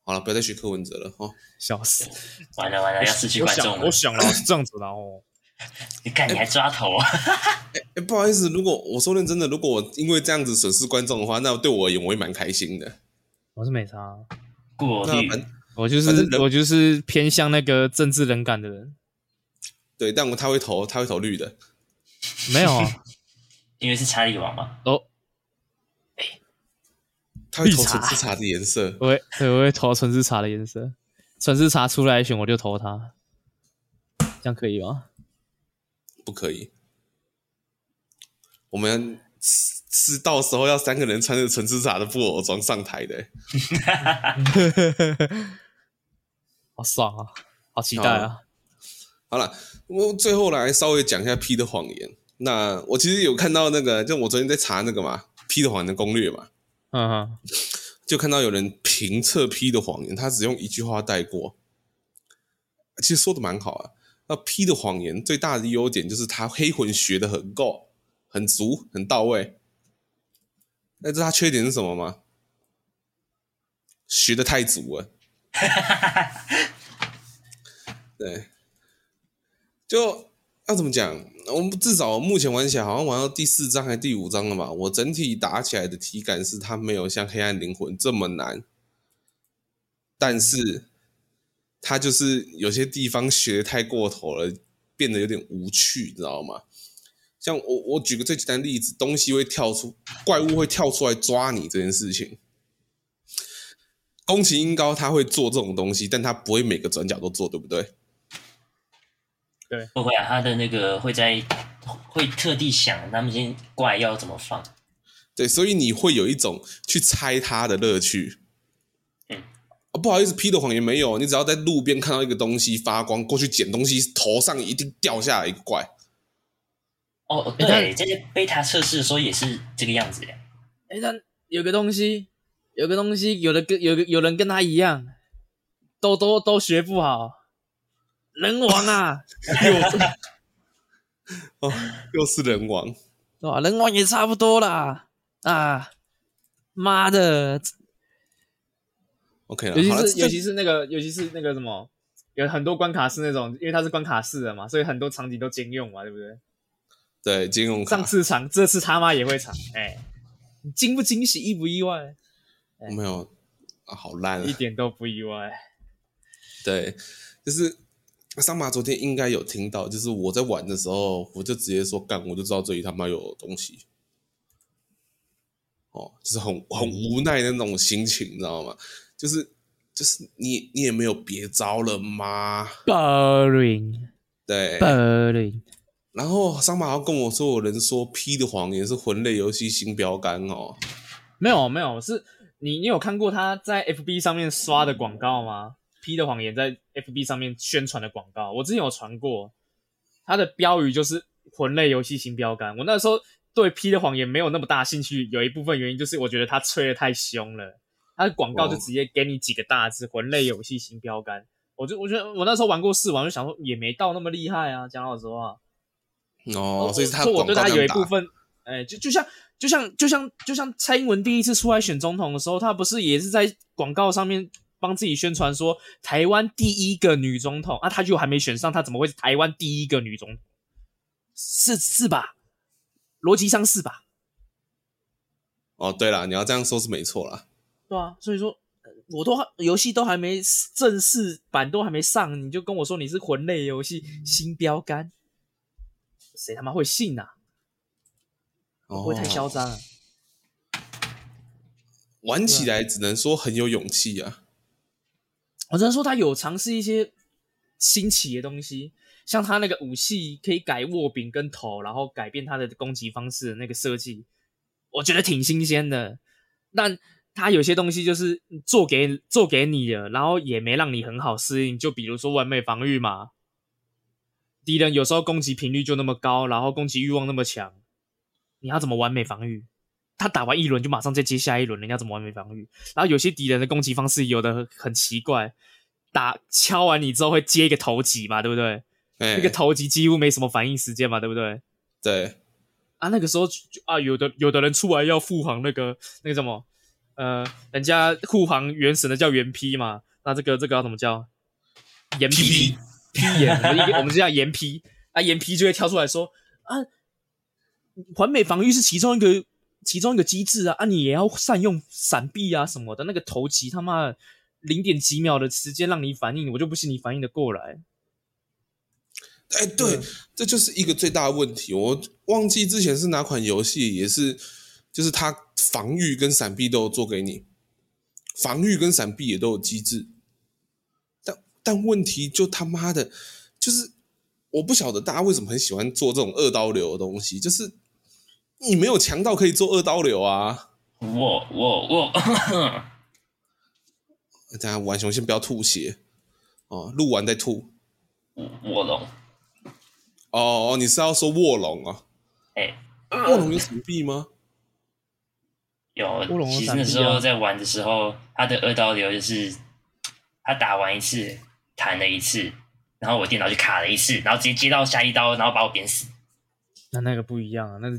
Speaker 1: 好了，不要再学柯文哲了哦。
Speaker 4: 笑 死！
Speaker 3: 完了完了，要失去
Speaker 4: 我
Speaker 3: 观
Speaker 4: 想
Speaker 3: 众了
Speaker 4: 我。想了是这样子的哦，
Speaker 3: 你看你还抓头啊？
Speaker 1: 哎、不好意思，如果我说认真的，如果我因为这样子损失观众的话，那对我而言我也蛮开心的。
Speaker 4: 我是美差，
Speaker 3: 过
Speaker 1: 那
Speaker 3: 滤，
Speaker 1: 反
Speaker 4: 我就
Speaker 1: 反正
Speaker 4: 是
Speaker 1: 人
Speaker 4: 我就是偏向那个政治冷感的人，
Speaker 1: 对，但我他会投，他会投绿的。
Speaker 4: 没 有啊
Speaker 3: 因为是查理王嘛。
Speaker 4: 哦，
Speaker 1: 他会
Speaker 4: 绿
Speaker 1: 投
Speaker 4: 茶
Speaker 1: 纯是茶的颜色。
Speaker 4: 我会对我会投纯是茶的颜色，纯是茶出来选我就投他，这样可以吗？
Speaker 1: 不可以。我们是是到时候要三个人穿着陈志茶的布偶装上台的、欸
Speaker 4: 好爽啊，好期待啊！
Speaker 1: 好了，我最后来稍微讲一下《P 的谎言》。那我其实有看到那个，就我昨天在查那个嘛，《P 的谎言》的攻略嘛，
Speaker 4: 嗯哼，
Speaker 1: 就看到有人评测《P 的谎言》，他只用一句话带过，其实说的蛮好啊。那《P 的谎言》最大的优点就是他黑魂学的很够、很足、很到位。那知道他缺点是什么吗？学的太足啊了。对，就要怎么讲？我们至少目前玩起来，好像玩到第四章还第五章了吧？我整体打起来的体感是，它没有像《黑暗灵魂》这么难，但是它就是有些地方学得太过头了，变得有点无趣，你知道吗？像我，我举个最简单的例子，东西会跳出，怪物会跳出来抓你这件事情，宫崎英高他会做这种东西，但他不会每个转角都做，对不对？
Speaker 3: 不会啊，他的那个会在会特地想他们先怪要怎么放，
Speaker 1: 对，所以你会有一种去猜他的乐趣。
Speaker 3: 嗯
Speaker 1: 啊，不好意思，劈的谎也没有，你只要在路边看到一个东西发光，过去捡东西，头上一定掉下来一个怪。
Speaker 3: 哦，
Speaker 4: 哎
Speaker 3: 对，这些贝塔测试的时候也是这个样子的。
Speaker 4: 哎、但有个东西，有个东西，有的跟有个有人跟他一样，都都都学不好，人王啊，
Speaker 1: 又哦，又是人王，
Speaker 4: 对吧、人王也差不多啦，啊，妈的，
Speaker 1: OK 了，
Speaker 4: 尤其
Speaker 1: 好了
Speaker 4: 是
Speaker 1: 这
Speaker 4: 尤其是那个尤其是那个什么，有很多关卡是那种，因为它是关卡式的嘛，所以很多场景都兼用嘛，对不对？
Speaker 1: 对金融卡
Speaker 4: 上次场，这次他妈也会场，哎、你惊不惊喜，意不意外？
Speaker 1: 没有啊，好烂
Speaker 4: 一
Speaker 1: 啊！
Speaker 4: 点都不意外。
Speaker 1: 对，就是桑马昨天应该有听到，就是我在玩的时候，我就直接说干，我就知道这里他妈有东西。哦，就是很
Speaker 4: 嗯
Speaker 1: 很无奈的那种心情，你知道吗？就是就是你你也没有别招了吗？
Speaker 4: Boring,
Speaker 1: 对，
Speaker 4: boring。
Speaker 1: 然后桑马好像跟我说，有人说《P 的谎言》是魂类游戏新标杆哦。
Speaker 4: 没有没有，是你你有看过他在 FB 上面刷的广告吗？P 的谎言在 FB 上面宣传的广告，我之前有传过，他的标语就是魂类游戏新标杆。我那时候对 P 的谎言没有那么大兴趣，有一部分原因就是我觉得他吹的太凶了，他的广告就
Speaker 1: 哦
Speaker 4: 直接给你几个大字“魂类游戏新标杆”。我就我觉得我那时候玩过试玩，就想说也没到那么厉害啊，讲老实话。
Speaker 1: 哦，所以是他
Speaker 4: 所
Speaker 1: 的
Speaker 4: 以我
Speaker 1: 广告
Speaker 4: 对他
Speaker 1: 这样
Speaker 4: 有一部
Speaker 1: 打。
Speaker 4: 分，哎、就就像就像就像就像蔡英文第一次出来选总统的时候，他不是也是在广告上面帮自己宣传说台湾第一个女总统啊，他就还没选上，他怎么会是台湾第一个女总统？是是吧？逻辑上是吧？
Speaker 1: 哦，对了，你要这样说是没错啦。
Speaker 4: 对啊，所以说呃我都还游戏都还没正式版都还没上，你就跟我说你是魂类游戏新标杆，谁他妈会信啊？
Speaker 1: 哦，
Speaker 4: 不会太嚣张啊？
Speaker 1: 玩
Speaker 4: 嗯
Speaker 1: 起来只能说很有勇气啊。
Speaker 4: 我只能说他有尝试一些新奇的东西，像他那个武器可以改握柄跟头，然后改变他的攻击方式的那个设计，我觉得挺新鲜的。但他有些东西就是做给做给你的，然后也没让你很好适应。就比如说完美防御嘛，敌人有时候攻击频率就那么高，然后攻击欲望那么强，你要怎么完美防御？他打完一轮就马上再接下一轮，人家怎么完美防御？然后有些敌人的攻击方式有的很奇怪，打敲完你之后会接一个投击嘛，对不对？
Speaker 1: 哎、
Speaker 4: 那个投击几乎没什么反应时间嘛，对不对？
Speaker 1: 对，
Speaker 4: 啊，那个时候就就啊，有的有的人出来要护航那个那个什么，呃，人家护航原神的叫原批嘛，那这个这个要怎么叫？岩批批岩，我们一个我们就叫岩批啊，岩批就会跳出来说啊，环美防御是其中一个其中一个机制啊，啊，你也要善用闪避啊什么的，那个投击他妈零点几秒的时间让你反应，我就不信你反应的过来。
Speaker 1: 哎、对，这就是一个最大的问题。我忘记之前是哪款游戏，也是就是它防御跟闪避都有做给你，防御跟闪避也都有机制，但但问题就他妈的，就是我不晓得大家为什么很喜欢做这种二刀流的东西，就是你没有强到可以做二刀流啊。
Speaker 3: 我我我，
Speaker 1: 大家玩熊先不要吐血哦，录完再吐。
Speaker 3: 卧龙，
Speaker 1: 哦，哦你是要说卧龙啊？
Speaker 3: 哎，
Speaker 1: 卧龙有闪避吗？
Speaker 3: 有
Speaker 4: 卧龙，有
Speaker 3: 其实
Speaker 4: 闪
Speaker 3: 那
Speaker 4: 避
Speaker 3: 时候
Speaker 4: 啊
Speaker 3: 在玩的时候，他的二刀流就是他打完一次，弹了一次，然后我电脑就卡了一次，然后直接接到下一刀，然后把我扁死。
Speaker 4: 那那个不一样啊，那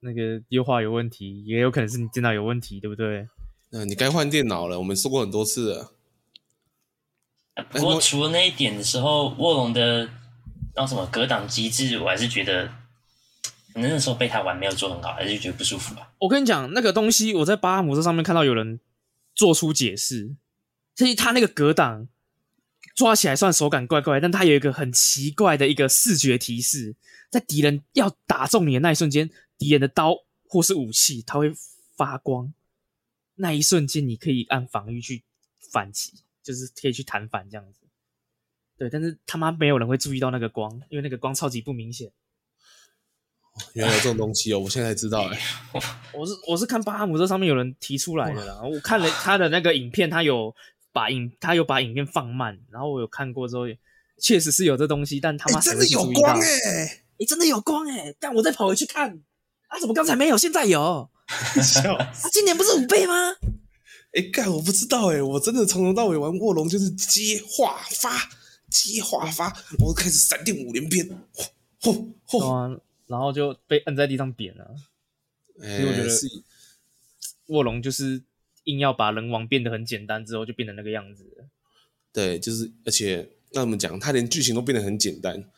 Speaker 4: 那个优化有问题，也有可能是你电脑有问题，对不对？
Speaker 1: 嗯、你该换电脑了，我们说过很多次了。
Speaker 3: 呃
Speaker 4: 哎
Speaker 3: 不过除了那一点的时候，卧龙的那什么格挡机制，我还是觉得，可能那时候被他玩没有做很好，还是觉得不舒服啊吧。
Speaker 4: 我跟你讲，那个东西我在巴哈姆特上面看到有人做出解释，所以他那个格挡抓起来算手感怪怪，但它有一个很奇怪的一个视觉提示，在敌人要打中你的那一瞬间，敌人的刀或是武器它会发光，那一瞬间你可以按防御去反击，就是可以去弹反这样子。对，但是他妈没有人会注意到那个光，因为那个光超级不明显。
Speaker 1: 原来有这种东西哦，我现在才知道哎、
Speaker 4: 我是我是看巴哈姆特上面有人提出来的啦，我看了他的那个影片，他有把影他有把影片放慢，然后我有看过之后，确实是有这东西，但他妈
Speaker 2: 哎
Speaker 4: 谁
Speaker 2: 真
Speaker 4: 会
Speaker 2: 的
Speaker 4: 去
Speaker 2: 有
Speaker 4: 注意
Speaker 2: 光
Speaker 4: 到
Speaker 2: 哎 诶，真的有光哎、
Speaker 4: 欸
Speaker 2: 但我再跑回去看，啊，怎么刚才没有，现在有？
Speaker 1: 笑
Speaker 2: 啊，今年不是五倍吗？
Speaker 1: 哎干、我不知道哎、我真的从头到尾玩卧龙就是接化发接化发，然后开始闪电五连鞭，嚯
Speaker 4: 对
Speaker 1: 嚯！
Speaker 4: 啊，然后就被摁在地上扁了。
Speaker 1: 哎、
Speaker 4: 所以我觉得
Speaker 1: 是
Speaker 4: 卧龙就是硬要把人王变得很简单之后，就变成那个样子了。
Speaker 1: 对，就是而且那怎么讲，他连剧情都变得很简单，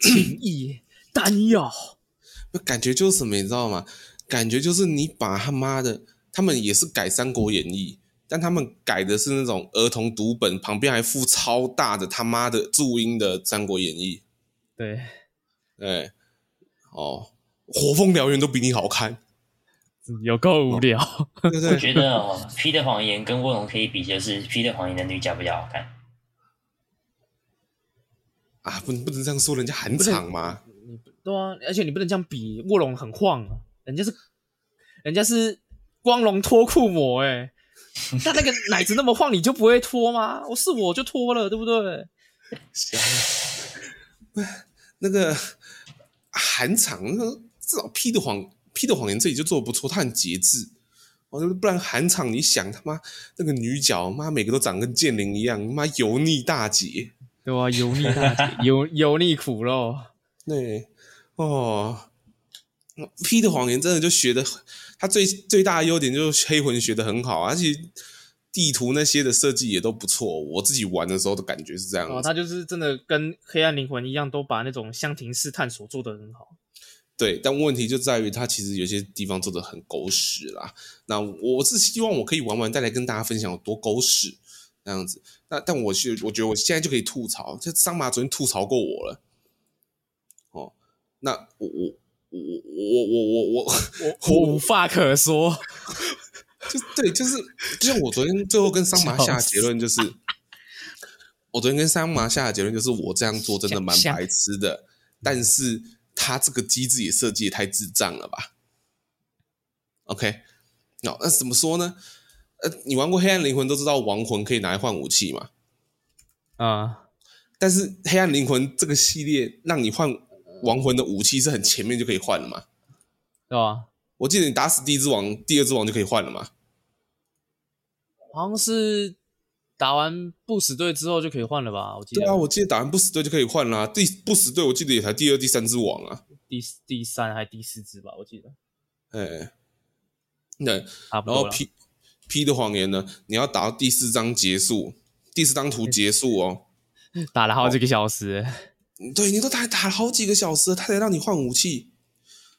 Speaker 4: 情 义丹药，
Speaker 1: 感觉就是什么，你知道吗？感觉就是你把他妈的，他们也是改《三国演义》，但他们改的是那种儿童读本，旁边还附超大的他妈的注音的《三国演义
Speaker 4: 对，》。
Speaker 1: 哎，哦，火凤燎原都比你好 看，
Speaker 4: 有够无聊。
Speaker 1: 对不
Speaker 3: 我
Speaker 1: 对？
Speaker 3: 觉得哦，《P 的谎言》跟《卧龙》可以比，就是《P 的谎言》的女角比较好看。
Speaker 1: 啊，不能不能这样说，人家韩场嘛。
Speaker 4: 你不对啊，而且你不能这样比，卧龙很晃啊，人家是人家是光荣脱裤魔哎、 欸，但那个奶子那么晃，你就不会脱吗？我哦是我就脱了，对不对？
Speaker 1: 那个韩场，那个至少 P 的谎 P 的谎言这里就做的不错，他很节制。哦，就是不然韩场，你想他妈那个女角，妈每个都长跟剑灵一样，妈油腻大姐。
Speaker 4: 对啊，油腻大姐， 油油腻苦 肉，
Speaker 1: 对，哦，P 的谎言真的就学的，他最最大的优点就是黑魂学的很好，而且地图那些的设计也都不错。我自己玩的时候的感觉是这样
Speaker 4: 哦，
Speaker 1: 子。
Speaker 4: 他就是真的跟黑暗灵魂一样，都把那种箱庭式探索做得很好。
Speaker 1: 对，但问题就在于它其实有些地方做的很狗屎啦。那我是希望我可以玩完再来跟大家分享有多狗屎那样子。那但我是我觉得我现在就可以吐槽，这桑麻昨天吐槽过我了。哦，那我我我我我我我
Speaker 4: 我我无话可说，
Speaker 1: 就对，就是就像我昨天最后跟桑麻下的结论就是， 我昨天跟桑麻下的结论就是，我这样做真的蛮
Speaker 4: 想嗯
Speaker 1: 白痴的，但是他这个机制也设计也太智障了吧？OK，那、那怎么说呢？呃，你玩过黑暗灵魂都知道亡魂可以拿来换武器嘛，
Speaker 4: 啊、
Speaker 1: 但是黑暗灵魂这个系列让你换亡魂的武器是很前面就可以换了嘛？
Speaker 4: 对啊吧？
Speaker 1: 我记得你打死第一只王，第二只王就可以换了嘛？
Speaker 4: 好像是打完不死队之后就可以换了吧？我记得。
Speaker 1: 对啊，我记得打完不死队就可以换啦、第不死队我记得也才第二、第三只王啊，
Speaker 4: 第四第三还第四只吧，我记得
Speaker 1: 哎、那然
Speaker 4: 差不
Speaker 1: 后
Speaker 4: 多了。
Speaker 1: P P 的谎言呢？你要打到第四章结束，第四张图结束哦。
Speaker 4: 打了好几个小时，
Speaker 1: 对，你都打打了好几个小时了，他才让你换武器。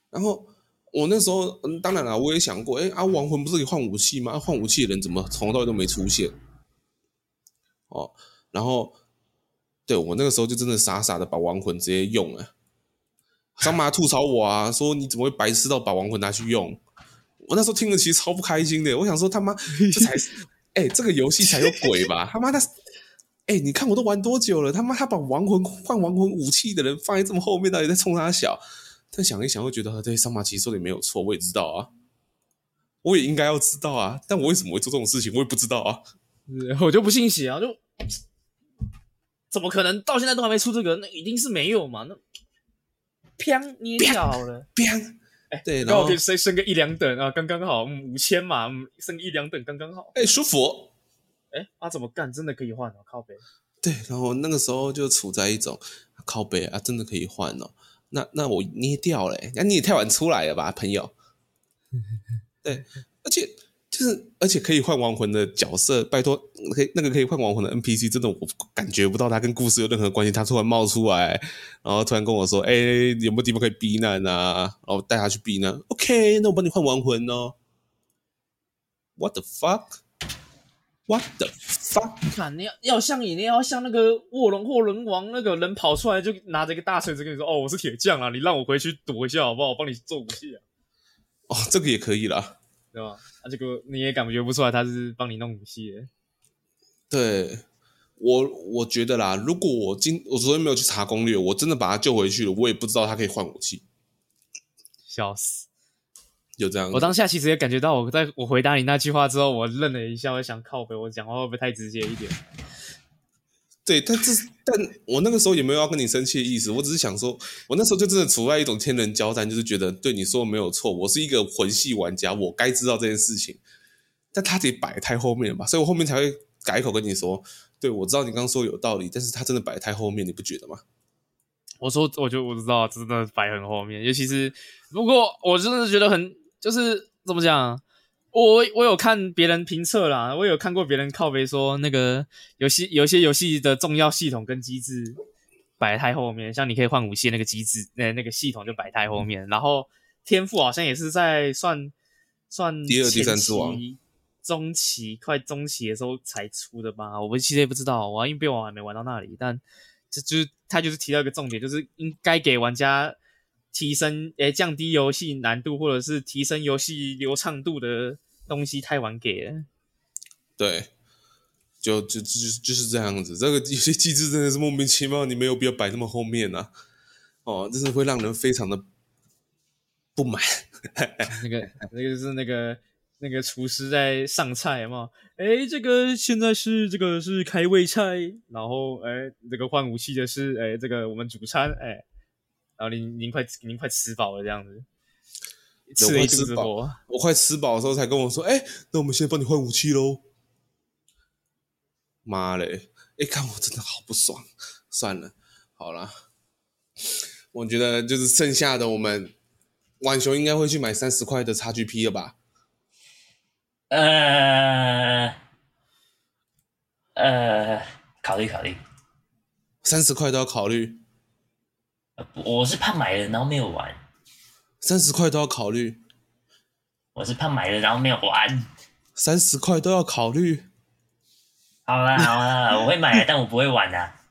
Speaker 1: 然后我那时候，嗯，当然了，我也想过，哎、啊，亡魂不是可以换武器吗？啊换武器的人怎么从头到尾都没出现？哦，然后对我那个时候就真的傻傻的把亡魂直接用了。张妈吐槽我啊，说你怎么会白痴到把亡魂拿去用？我那时候听了其实超不开心的，我想说他妈这才是，哎、这个游戏才有鬼吧？他妈的，哎、你看我都玩多久了？他妈他把亡魂换亡魂武器的人放在这么后面，到底在冲他小？但想一想又觉得，啊对，桑马奇说的也没有错，我也知道啊，我也应该要知道啊，但我为什么会做这种事情，我也不知道啊。
Speaker 4: 是我就不信邪啊，就怎么可能到现在都还没出这个？那一定是没有嘛？那砰捏一下好了，
Speaker 1: 砰！对，然
Speaker 4: 刚好
Speaker 1: 后
Speaker 4: 哎可以再升个一两等啊，刚刚好，嗯，五千嘛，嗯，升一两等刚刚好。
Speaker 1: 哎、舒服。
Speaker 4: 哎、啊怎么干？真的可以换哦，靠背。
Speaker 1: 对，然后那个时候就处在一种靠背啊，真的可以换哦。那那我捏掉了、欸，那、你也太晚出来了吧，朋友？对，而且就是而且可以换亡魂的角色，拜托，可以那个可以换亡魂的 NPC，真的我感觉不到他跟故事有任何关系，他突然冒出来，然后突然跟我说：“哎、有没有地方可以避难啊？”然后带他去避难。OK，那我帮你换亡魂哦。What the fuck？What the fuck？
Speaker 4: 看你要要像你，你要像那个卧龙或人王那个人跑出来就拿着一个大锤子跟你说：“哦，我是铁匠啊，你让我回去躲一下好不好？我帮你做武器啊。
Speaker 1: 哦，这个也可以啦。”
Speaker 4: 对对吧？啊，这个你也感觉不出来他是帮你弄武器的。
Speaker 1: 对我，我觉得啦，如果我今我昨天没有去查攻略，我真的把他救回去了，我也不知道他可以换武器，
Speaker 4: 笑死！
Speaker 1: 就这样。
Speaker 4: 我当下其实也感觉到，我在我回答你那句话之后，我愣了一下，我想靠北，我讲话会不会太直接一点？
Speaker 1: 对，但这但我那个时候也没有要跟你生气的意思，我只是想说，我那时候就真的处在一种天人交战，就是觉得对你说的没有错，我是一个魂系玩家，我该知道这件事情，但他得摆太后面了吧，所以我后面才会改口跟你说，对我知道你刚刚说有道理，但是他真的摆太后面，你不觉得吗？
Speaker 4: 我说，我就我知道，真的摆很后面，尤其是不过我真的觉得很，就是怎么讲，我我有看别人评测啦，我有看过别人靠背说那个游戏有一些游戏的重要系统跟机制摆太后面，像你可以换武器那个机制，那那个系统就摆太后面，然后天赋好像也是在算算
Speaker 1: 第二第三之王
Speaker 4: 前期。中期快中期的时候才出的吧，我们其实也不知道，我因为我还没玩到那里，但这就是他就是提到一个重点，就是应该给玩家提升诶、降低游戏难度或者是提升游戏流畅度的东西太晚给了。
Speaker 1: 对，就就就就是这样子。这个有些机制真的是莫名其妙，你没有必要摆那么后面啊。哦，这是会让人非常的不满。
Speaker 4: 那 个那个就是那个那个厨师在上菜嘛，诶、这个现在是这个是开胃菜，然后诶、这个换武器的是诶、这个我们主餐诶、然后您您快您快吃饱了这样子，吃了一肚子
Speaker 1: 饱
Speaker 4: 火。
Speaker 1: 我快吃饱的时候才跟我说，哎、那我们现在帮你换武器喽。妈嘞！哎、看我真的好不爽。算了，好啦，我觉得就是剩下的我们，浣熊应该会去买三十块的 XGP 了吧？
Speaker 3: 呃呃，考虑考虑，
Speaker 1: 三十块都要考虑，
Speaker 3: 呃我是怕买了然后没有玩，
Speaker 1: 三十块都要考虑，
Speaker 3: 我是怕买了然后没有
Speaker 1: 嗯
Speaker 3: 玩。
Speaker 1: 三十块都要考虑。
Speaker 3: 好啦好啦，我会买，但我不会玩啊，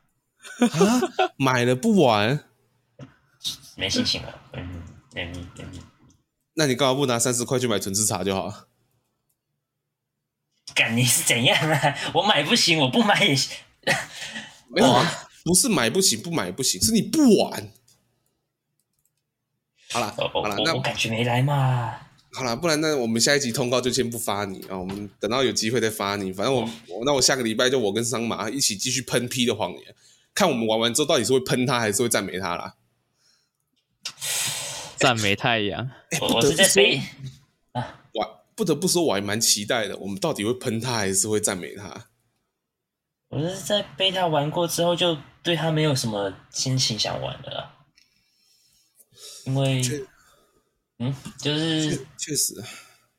Speaker 1: 啊， 买了不玩，
Speaker 3: 没心情了。嗯嗯嗯，
Speaker 1: 那你干嘛不拿三十块去买纯喫茶就好了？
Speaker 3: 干你是怎样啊？我买不行，我不买也行。
Speaker 1: 没有啊，不是买不行，不买不行，是你不玩。好啦，
Speaker 3: 我我
Speaker 1: 好啦，那
Speaker 3: 我我感觉没来嘛。
Speaker 1: 好啦，不然那我们下一集通告就先不发你啊，我们等到有机会再发你。反正我我那我下个礼拜就我跟桑麻一起继续喷 P 的谎言，看我们玩完之后到底是会喷他还是会赞美他啦。
Speaker 4: 赞美太阳。
Speaker 3: 我
Speaker 1: 哎不
Speaker 3: 我
Speaker 1: 得
Speaker 3: 是在
Speaker 1: 不说
Speaker 3: 北，
Speaker 1: 我不得不说，我还蛮期待的，我们到底会喷他还是会赞美他？
Speaker 3: 我是在被他玩过之后，就对他没有什么心情想玩了啊，因为
Speaker 1: 确，
Speaker 3: 嗯，就是
Speaker 1: 确实，啊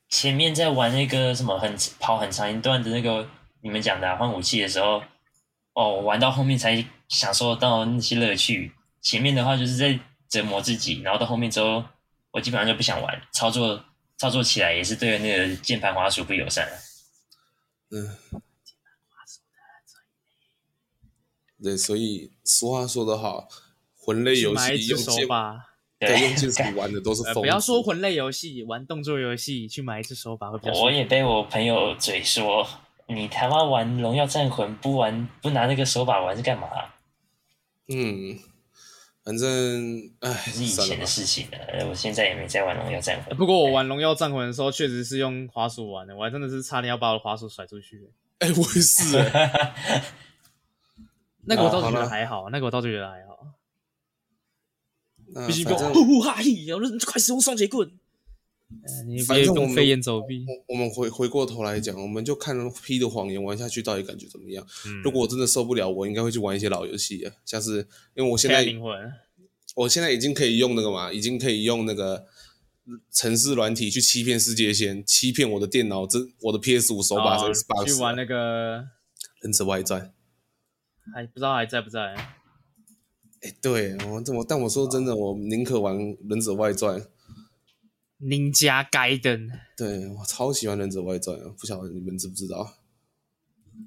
Speaker 3: 前面在玩那个什么很跑很长一段的那个你们讲的啊换、武器的时候，哦，我玩到后面才享受到那些乐趣。前面的话就是在折磨自己，然后到后面之后，我基本上就不想玩，操作操作起来也是对那个键盘滑鼠不友善啊。
Speaker 1: 嗯，对，所以俗话说得好，魂类游
Speaker 4: 买一
Speaker 1: 戏
Speaker 4: 只
Speaker 1: 用
Speaker 4: 手
Speaker 1: 键
Speaker 4: 吧，
Speaker 1: 对用
Speaker 3: 对，
Speaker 1: 键鼠玩的都是
Speaker 4: 呃，
Speaker 1: 疯
Speaker 4: 不
Speaker 1: 子。
Speaker 4: 要说魂类游戏，玩动作游戏去买一只手把会比较舒服。
Speaker 3: 我也被我朋友嘴说，你他妈玩荣耀战魂不玩不拿那个手把玩是干嘛、
Speaker 1: 嗯，反正哎，
Speaker 3: 这是以
Speaker 1: 算了
Speaker 3: 前的
Speaker 1: 吧。
Speaker 3: 事情了，呃我现在也没在玩荣耀战
Speaker 4: 呃
Speaker 3: 魂。
Speaker 4: 不
Speaker 1: 哎
Speaker 4: 过我玩荣耀战魂的时候，确实是用滑鼠玩的，我还真的是差点要把我的滑鼠甩出去。
Speaker 1: 哎，我也是哎，
Speaker 4: 那个我倒是
Speaker 1: 哦好
Speaker 4: 觉得
Speaker 1: 了
Speaker 4: 还好，那个我倒是觉得还好。
Speaker 1: 那
Speaker 4: 必须
Speaker 1: 嗯反
Speaker 4: 跟
Speaker 1: 正
Speaker 4: 我呼呼哈嘿，然后快使用双截棍。呃你
Speaker 1: 反
Speaker 4: 别
Speaker 1: 正我
Speaker 4: 用
Speaker 1: 们
Speaker 4: 飞檐走壁。
Speaker 1: 我我们回回过头来讲，我们就看《P 的谎言》玩下去到底感觉怎么样。
Speaker 4: 嗯
Speaker 1: 如果我真的受不了，我应该会去玩一些老游戏啊，像是因为我现
Speaker 4: 黑暗
Speaker 1: 在
Speaker 4: 灵魂，
Speaker 1: 我现在已经可以用那个嘛，已经可以用那个城市软体去欺骗世界线，欺骗我的电脑，这我的 PS 五手把
Speaker 4: 哦
Speaker 1: 这 Xbox
Speaker 4: 去玩那个，
Speaker 1: 忍者外传》。
Speaker 4: 还不知道还在不在？
Speaker 1: 哎，对我这我但我说真的，我宁可玩《忍者外传》。
Speaker 4: 宁家盖登，
Speaker 1: 对我超喜欢《忍者外传》啊，不晓得你们知不知道？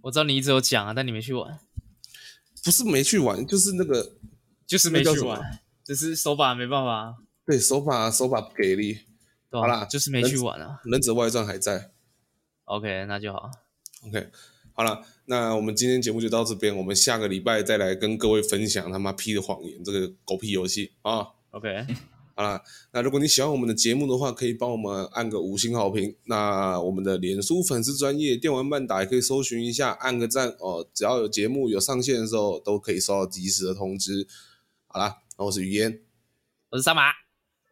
Speaker 4: 我知道你一直有讲啊，但你没去玩，
Speaker 1: 不是没去玩，就是那个
Speaker 4: 就是
Speaker 1: 那
Speaker 4: 没
Speaker 1: 叫
Speaker 4: 去
Speaker 1: 什么
Speaker 4: 玩，只是手把没办法。
Speaker 1: 对手把手把不给力。
Speaker 2: 对吧、
Speaker 1: 好啦
Speaker 2: 就是没去玩啊。
Speaker 1: 忍者外传》还在。
Speaker 2: OK，那就好。
Speaker 1: OK，好了，那我们今天节目就到这边，我们下个礼拜再来跟各位分享他妈屁的谎言这个狗屁游戏啊。
Speaker 2: OK，
Speaker 1: 好啦，那如果你喜欢我们的节目的话，可以帮我们按个五星好评。那我们的脸书粉丝专业电玩漫打也可以搜寻一下，按个赞哦。只要有节目有上线的时候，都可以收到及时的通知。好啦，那我是于嫣，
Speaker 2: 我是三马，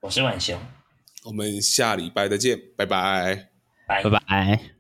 Speaker 3: 我是晚雄，
Speaker 1: 我们下礼拜再见，拜拜。
Speaker 3: 拜
Speaker 5: 拜拜。